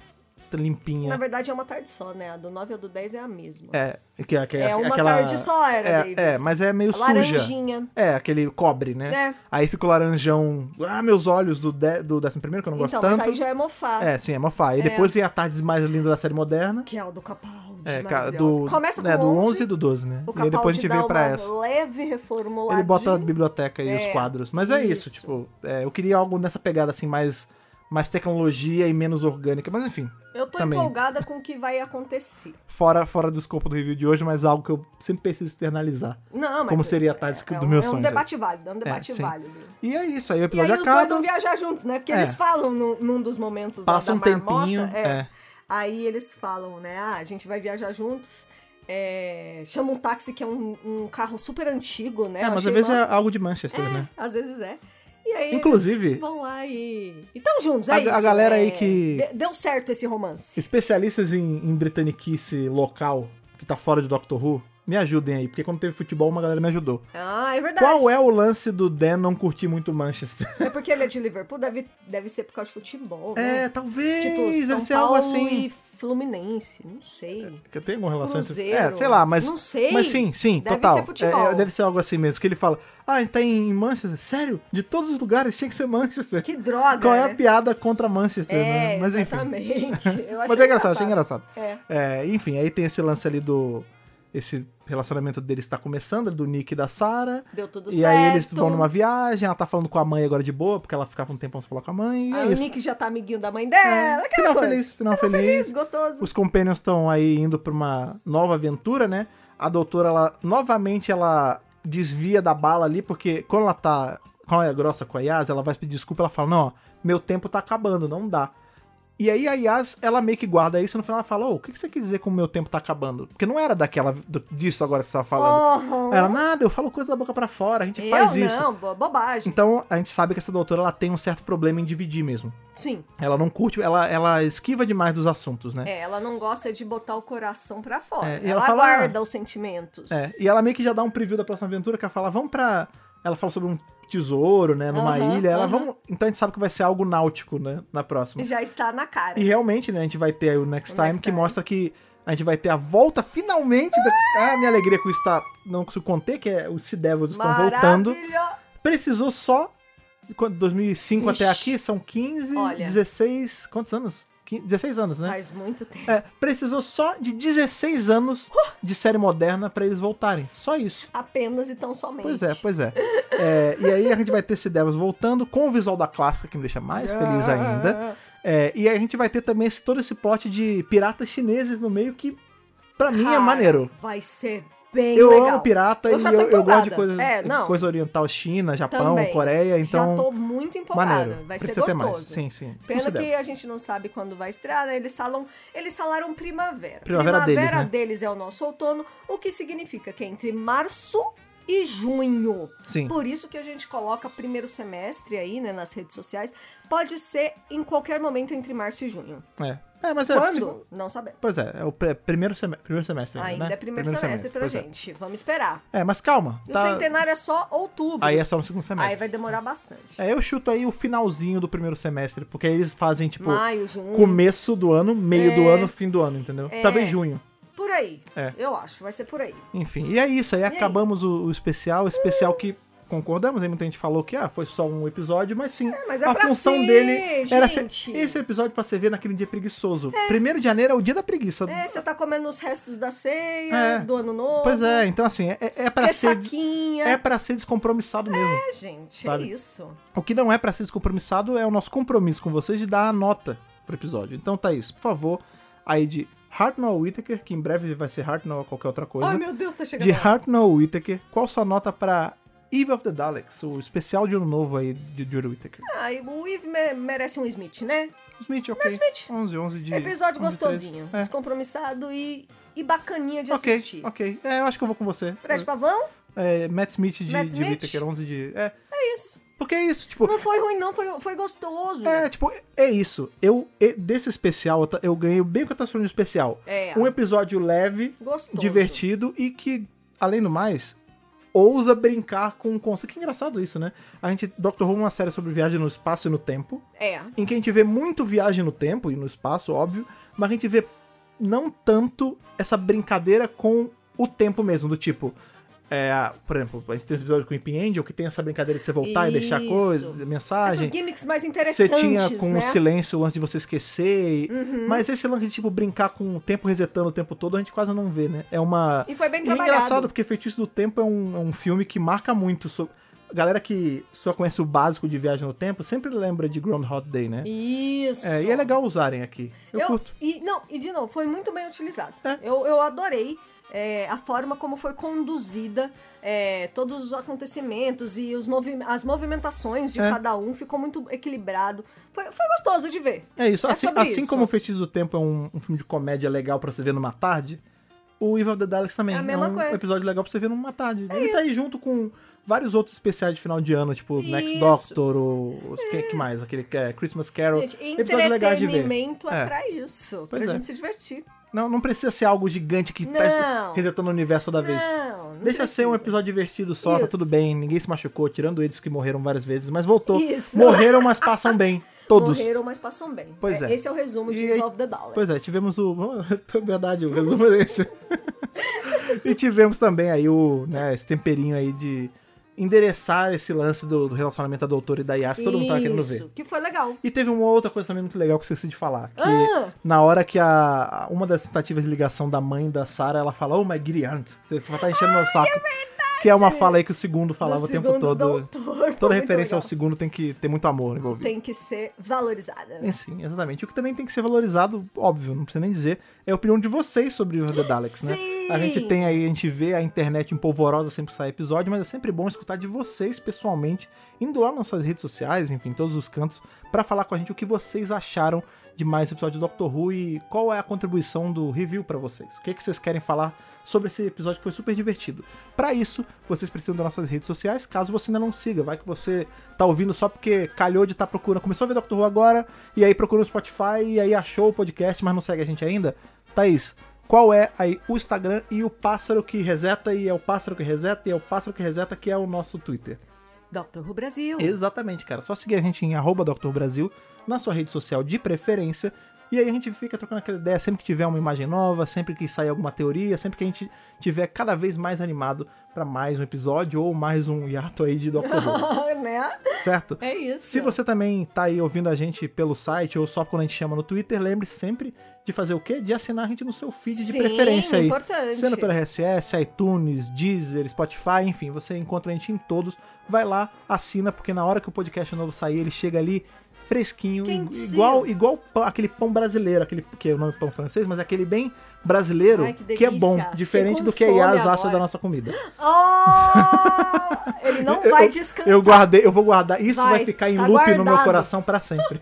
limpinha.
Na verdade, é uma tarde só, né? A do 9 ou do 10 é a mesma.
É, que, que,
É uma
aquela...
tarde só era,
é,
Davis.
é, mas é meio
A
suja.
laranjinha.
É, aquele cobre, né?
É.
Aí fica o laranjão. Ah, meus olhos do, de, do 11 primeiro, que eu não gosto
então,
tanto.
mas aí já é mofar.
É, sim, é mofá. E depois vem a tarde mais linda da série moderna.
Que é o do Capaldi.
É, ca-
maravilhoso.
do,
Começa com
é,
o
do 11
11.
e do 12, né? e
O
aí
Capaldi
depois a gente
dá
veio pra
uma
essa.
leve reformulada.
Ele bota a biblioteca e os
É,
quadros. Mas é isso,
isso.
tipo, é, eu queria algo nessa pegada assim, mais mais tecnologia e menos orgânica. Mas enfim,
Eu tô
Também.
empolgada com o que vai acontecer.
fora, fora do escopo do review de hoje, mas algo que eu sempre preciso externalizar.
Não, mas
Como seria a
tática
tática do meu
É um
sonho,
debate válido, é um debate
sim.
válido.
E é isso, aí o
E aí
episódio
os dois vão
acaba.
viajar juntos, né? Porque
É.
eles falam num, num dos momentos lá
Passa
da
um
marmota,
tempinho,
é.
é.
Aí eles falam, né? Ah, a gente vai viajar juntos. é, chama um táxi que é um, um carro super antigo, né?
É,
Eu
mas
achei
às vezes
mó-
é algo de Manchester, né?
Às vezes é. E aí
Inclusive-
eles vão lá e. E tão juntos, é
A- a
isso.
galera aí
é,
que-
de- Deu certo esse romance.
Especialistas em, em britaniquice local, que tá fora de Doctor Who, me ajudem aí, porque quando teve futebol, uma galera me ajudou.
Ah, é verdade.
Qual é o lance do Dan não curtir muito Manchester?
é? porque ele é de Liverpool, deve, deve ser por causa de futebol. né?
É, talvez,
Tipo,
deve
São
ser
Paulo
algo assim.
e Fluminense, não sei.
Que Tem alguma relação
Cruzeiro.
É, sei lá, mas.
Não sei.
Mas sim, sim,
Deve
total.
ser futebol.
É, é, deve ser algo assim mesmo. Que ele fala: Ah, ele tá em Manchester? Sério? De todos os lugares tinha que ser Manchester.
Que droga,
Qual é
né?
a piada contra Manchester,
É,
né? Mas enfim.
exatamente. Eu
Mas
achei
é engraçado, achei engraçado.
É.
É, enfim, aí tem esse lance ali do. Esse relacionamento deles está começando, do Nick e da Sarah.
Deu tudo
E
certo.
aí eles vão numa viagem, ela tá falando com a mãe agora de boa, porque ela ficava um tempão sem falar com a mãe. e
Aí
é
o
isso.
Nick já tá amiguinho da mãe dela.
É,
aquela
final
coisa.
feliz, final
Tá
feliz.
feliz, gostoso.
Os Companions estão aí indo pra uma nova aventura, né? A doutora, ela novamente ela desvia da bala ali, porque quando ela tá. Quando ela é grossa com a Yas, ela vai pedir desculpa, ela fala: Não, ó, meu tempo tá acabando, não dá. E aí a Yas, ela meio que guarda isso, no final ela fala: Ô, o que que você quis dizer com o meu tempo tá acabando? Porque não era daquela do- disso agora que você tava falando.
Aham.
Ela, nada, eu falo coisa da boca pra fora, a né? É, gente
Oh. Eu
faz isso.
Não, bo- bobagem.
Então a gente sabe que essa doutora ela tem um certo problema em dividir mesmo.
Sim.
Ela não curte, ela, ela esquiva demais dos assuntos, né?
É, ela não gosta de botar o coração pra fora.
É, e
ela
ela fala-
guarda os sentimentos.
É, e ela meio que já dá um preview da próxima aventura, que ela fala, vamos pra... Ela fala sobre um tesouro, né, numa
Aham,
ilha, ela,
aham.
vamos... Então a gente sabe que vai ser algo náutico, né, na próxima.
Já está na cara.
E realmente, né, a gente vai ter aí o Next
O
Time,
Next
que
Time.
mostra que a gente vai ter a volta, finalmente, da... Ah, minha alegria com isso tá... Não consigo conter, que é os Sea Devils estão voltando.
Maravilhoso.
Precisou só... Quando 2005 até
Ixi.
aqui, são 15,
Olha.
16... Quantos anos? 15, 16 anos, né?
Faz muito tempo.
É, precisou só de 16 anos de série moderna pra eles voltarem. Só isso.
Apenas e tão somente.
Pois é, pois é. É, e aí a gente vai ter esse Devils voltando com o visual da clássica, que me deixa mais feliz ainda.
Ah,
É, e aí a gente vai ter também esse- todo esse plot de piratas chineses no meio, que pra mim é
Cara,
maneiro.
Vai ser bem
Eu
legal.
amo pirata
Eu
e
já tô
eu, eu gosto de
empolgada.
coisa,
É, não.
coisa oriental, China, Japão,
Também.
Coreia, então.
Já tô muito empolgada.
maneiro.
Vai
Precisa
ser
ter mais.
gostoso.
Sim, sim.
Pena
Você
que
deve.
a gente não sabe quando vai estrear, né? Eles falam, eles falaram primavera.
Primavera deles, né?
deles é o nosso outono, o que significa que é entre março e junho.
Sim.
Por isso que a gente coloca primeiro semestre aí, né, nas redes sociais. Pode ser em qualquer momento entre março e junho.
É. É, mas é.
Quando? Não sabemos.
Pois é, é o pre- primeiro, seme- primeiro semestre.
Ainda
né?
é primeiro, semestre, pra
pois é.
gente. Vamos esperar.
É, mas calma.
E
tá-
o centenário é só outubro.
Aí é só no segundo semestre.
Aí vai demorar bastante.
É, eu chuto aí o finalzinho do primeiro semestre, porque aí eles fazem, tipo,
Maio, junho.
começo do ano, meio
É.
do ano, fim do ano, entendeu? Talvez junho.
Por aí.
É.
Eu acho. Vai ser por aí.
Enfim, e é isso. Aí acabamos o, o especial, o especial que concordamos, aí muita gente falou que ah, foi só um episódio, mas sim,
mas é
a
pra
função
ser,
dele era ser
gente.
esse episódio pra você ver naquele dia preguiçoso. Primeiro de janeiro é o dia da preguiça.
É, você tá comendo os restos da ceia,
É.
do ano novo.
Pois é, então assim, é, é para ser
Ressaquinha.
é para ser descompromissado mesmo.
É, gente,
Sabe?
é isso.
O que não é pra ser descompromissado é o nosso compromisso com vocês de dar a nota pro episódio. Então, Thaís, por favor, aí de Hartnell Whittaker, que em breve vai ser Hartnell ou qualquer outra coisa.
Ai, meu Deus, tá chegando.
é. de
lá.
Hartnell Whittaker, qual sua nota pra Eve of the Daleks, o especial de ano novo aí de Juro Whittaker?
Ah, e o Eve me- merece um Smith, né?
Smith, ok.
Matt Smith.
11, 11 de...
Episódio
11 de 13.
gostosinho,
É.
descompromissado e, e bacaninha de
Ok,
assistir.
ok. É, eu acho que eu vou com você.
Fred Pavão,
É, Matt Smith de,
Matt
de
Smith?
Whittaker, 11 de... É,
é isso.
porque é isso, tipo...
Não foi ruim, não, foi, foi gostoso.
É, tipo, é isso. Eu, e- desse especial, eu ta- eu ganhei bem o que eu tava esperando de especial.
É.
Um episódio leve,
Gostoso.
divertido e que, além do mais, ousa brincar com o conceito. Que engraçado isso, né? A gente, Doctor Who é uma série sobre viagem no espaço e no tempo,
É.
em que a gente vê muito viagem no tempo e no espaço, óbvio, mas a gente vê não tanto essa brincadeira com o tempo mesmo, do tipo... É, por exemplo, a gente tem esse episódio com o Impin Angel, que tem essa brincadeira de você voltar e deixar
Isso.
coisas, mensagem.
Essas gimmicks mais
Você
interessantes,
tinha com um
né? Uhum.
o silêncio o lance de você esquecer. e- Mas esse lance de, tipo, brincar com o tempo resetando o tempo todo, a gente quase não vê, né? É uma.
E foi bem
E é
trabalhado.
engraçado, porque Feitiço do Tempo é um, é um filme que marca muito. sobre- A galera que só conhece o básico de viagem no tempo sempre lembra de Groundhog Day, né?
Isso.
É, e é legal usarem aqui. Eu, curto.
E, não, e de novo, foi muito bem utilizado.
É.
Eu, eu adorei é, a forma como foi conduzida é, todos os acontecimentos e os movi as movimentações de
É.
cada um. Ficou muito equilibrado. Foi, foi gostoso de ver.
É isso.
É
Assim,
sobre
assim
isso.
como o Feitiço do Tempo é um, um filme de comédia legal pra você ver numa tarde, o Evil Dead Daleks também
É a mesma
um
coisa. É
episódio legal pra você ver numa tarde. Ele tá aí junto com vários outros especiais de final de ano, tipo Next
Isso.
Doctor, o o que, que mais? Aquele que é Christmas Carol.
Gente,
Episódios legais de ver.
entretenimento é,
É.
pra isso.
Pois
pra
é.
gente se divertir.
Não, não precisa ser algo gigante que tá
Não.
resetando o universo toda vez.
Não, não
Deixa ser um
precisa.
episódio divertido só, tá
Isso.
tudo bem, ninguém se machucou, tirando eles que morreram várias vezes, mas voltou.
Isso.
Morreram, mas passam bem. Todos.
Morreram, mas passam bem.
Pois é.
Esse é o resumo de
E-
Love the Daleks.
Pois é, tivemos o. é Verdade, o resumo é esse. e tivemos também aí o, né, esse temperinho aí de endereçar esse lance do, do relacionamento da doutora e da Yas, que todo mundo tava querendo ver.
Isso, que foi legal.
E teve uma outra coisa também muito legal que eu esqueci de falar. Que
Ah!
na hora que a. Uma das tentativas de ligação da mãe da Sarah, ela fala, oh my giddy aunt. Você vai estar enchendo meu saco. que é uma fala aí que o segundo falava
Do
o tempo
segundo
todo.
doutor, foi muito
Toda referência ao
legal.
segundo tem que ter muito amor envolvido.
Tem que ser valorizada.
É, Sim, exatamente. O que também tem que ser valorizado, óbvio, não precisa nem dizer, é a opinião de vocês sobre o The Daleks, né?
Sim!
A gente tem aí, a gente vê a internet empolvorosa sempre que sai episódio, mas é sempre bom escutar de vocês pessoalmente, indo lá nas nossas redes sociais, enfim, em todos os cantos, pra falar com a gente o que vocês acharam de mais um episódio do Doctor Who e qual é a contribuição do review pra vocês. O que, é que vocês querem falar sobre esse episódio que foi super divertido? Pra isso, vocês precisam das nossas redes sociais, caso você ainda não siga, vai que você tá ouvindo só porque calhou de estar tá procurando, começou a ver Doctor Who agora, e aí procurou no Spotify, e aí achou o podcast, mas não segue a gente ainda. Thaís, qual é aí o Instagram e o pássaro que reseta, e é o pássaro que reseta, e é o pássaro que reseta, que é o nosso Twitter.
Doctor Who Brasil.
Exatamente, cara. Só seguir a gente em arroba Dr. Brasil, na sua rede social de preferência. E aí a gente fica trocando aquela ideia sempre que tiver uma imagem nova, sempre que sair alguma teoria, sempre que a gente tiver cada vez mais animado pra mais um episódio ou mais um hiato aí de Dr. Who,
né?
certo?
É isso.
Se você também tá aí ouvindo a gente pelo site ou só quando a gente chama no Twitter, lembre-se sempre de fazer o quê? De assinar a gente no seu feed de
Sim,
preferência aí.
importante.
Sendo pela RSS, iTunes, Deezer, Spotify, enfim, você encontra a gente em todos. Vai lá, assina, porque na hora que o podcast novo sair, ele chega ali fresquinho,
Quentinho.
igual igual pão- aquele pão brasileiro, aquele que é o nome pão francês, mas aquele bem brasileiro,
Ai, que
é bom,
delícia.
diferente
Fiquei
do
com
que a
fome
Yas acha
agora.
da nossa comida.
Oh! Ele não vai
eu,
descansar.
eu guardei, eu vou guardar, isso vai,
Vai,
ficar em
tá
loop no meu
guardado.
coração pra sempre.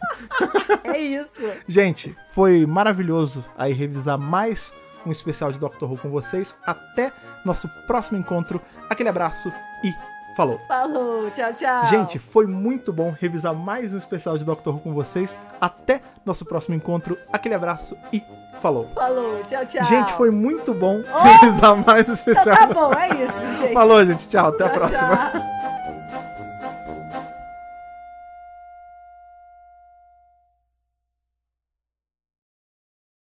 É isso.
Gente, foi maravilhoso aí revisar mais um especial de Doctor Who com vocês. Até nosso próximo encontro. Aquele abraço e falou!
Falou, tchau, tchau.
Gente, foi muito bom revisar mais um especial de Doctor Who com vocês. Até nosso próximo encontro. Aquele abraço e falou!
Falou, tchau, tchau.
Gente, foi muito bom revisar mais um
Então
especial.
tá bom, é isso, gente.
Falou, gente. Tchau. Até a
Tchau,
próxima.
tchau.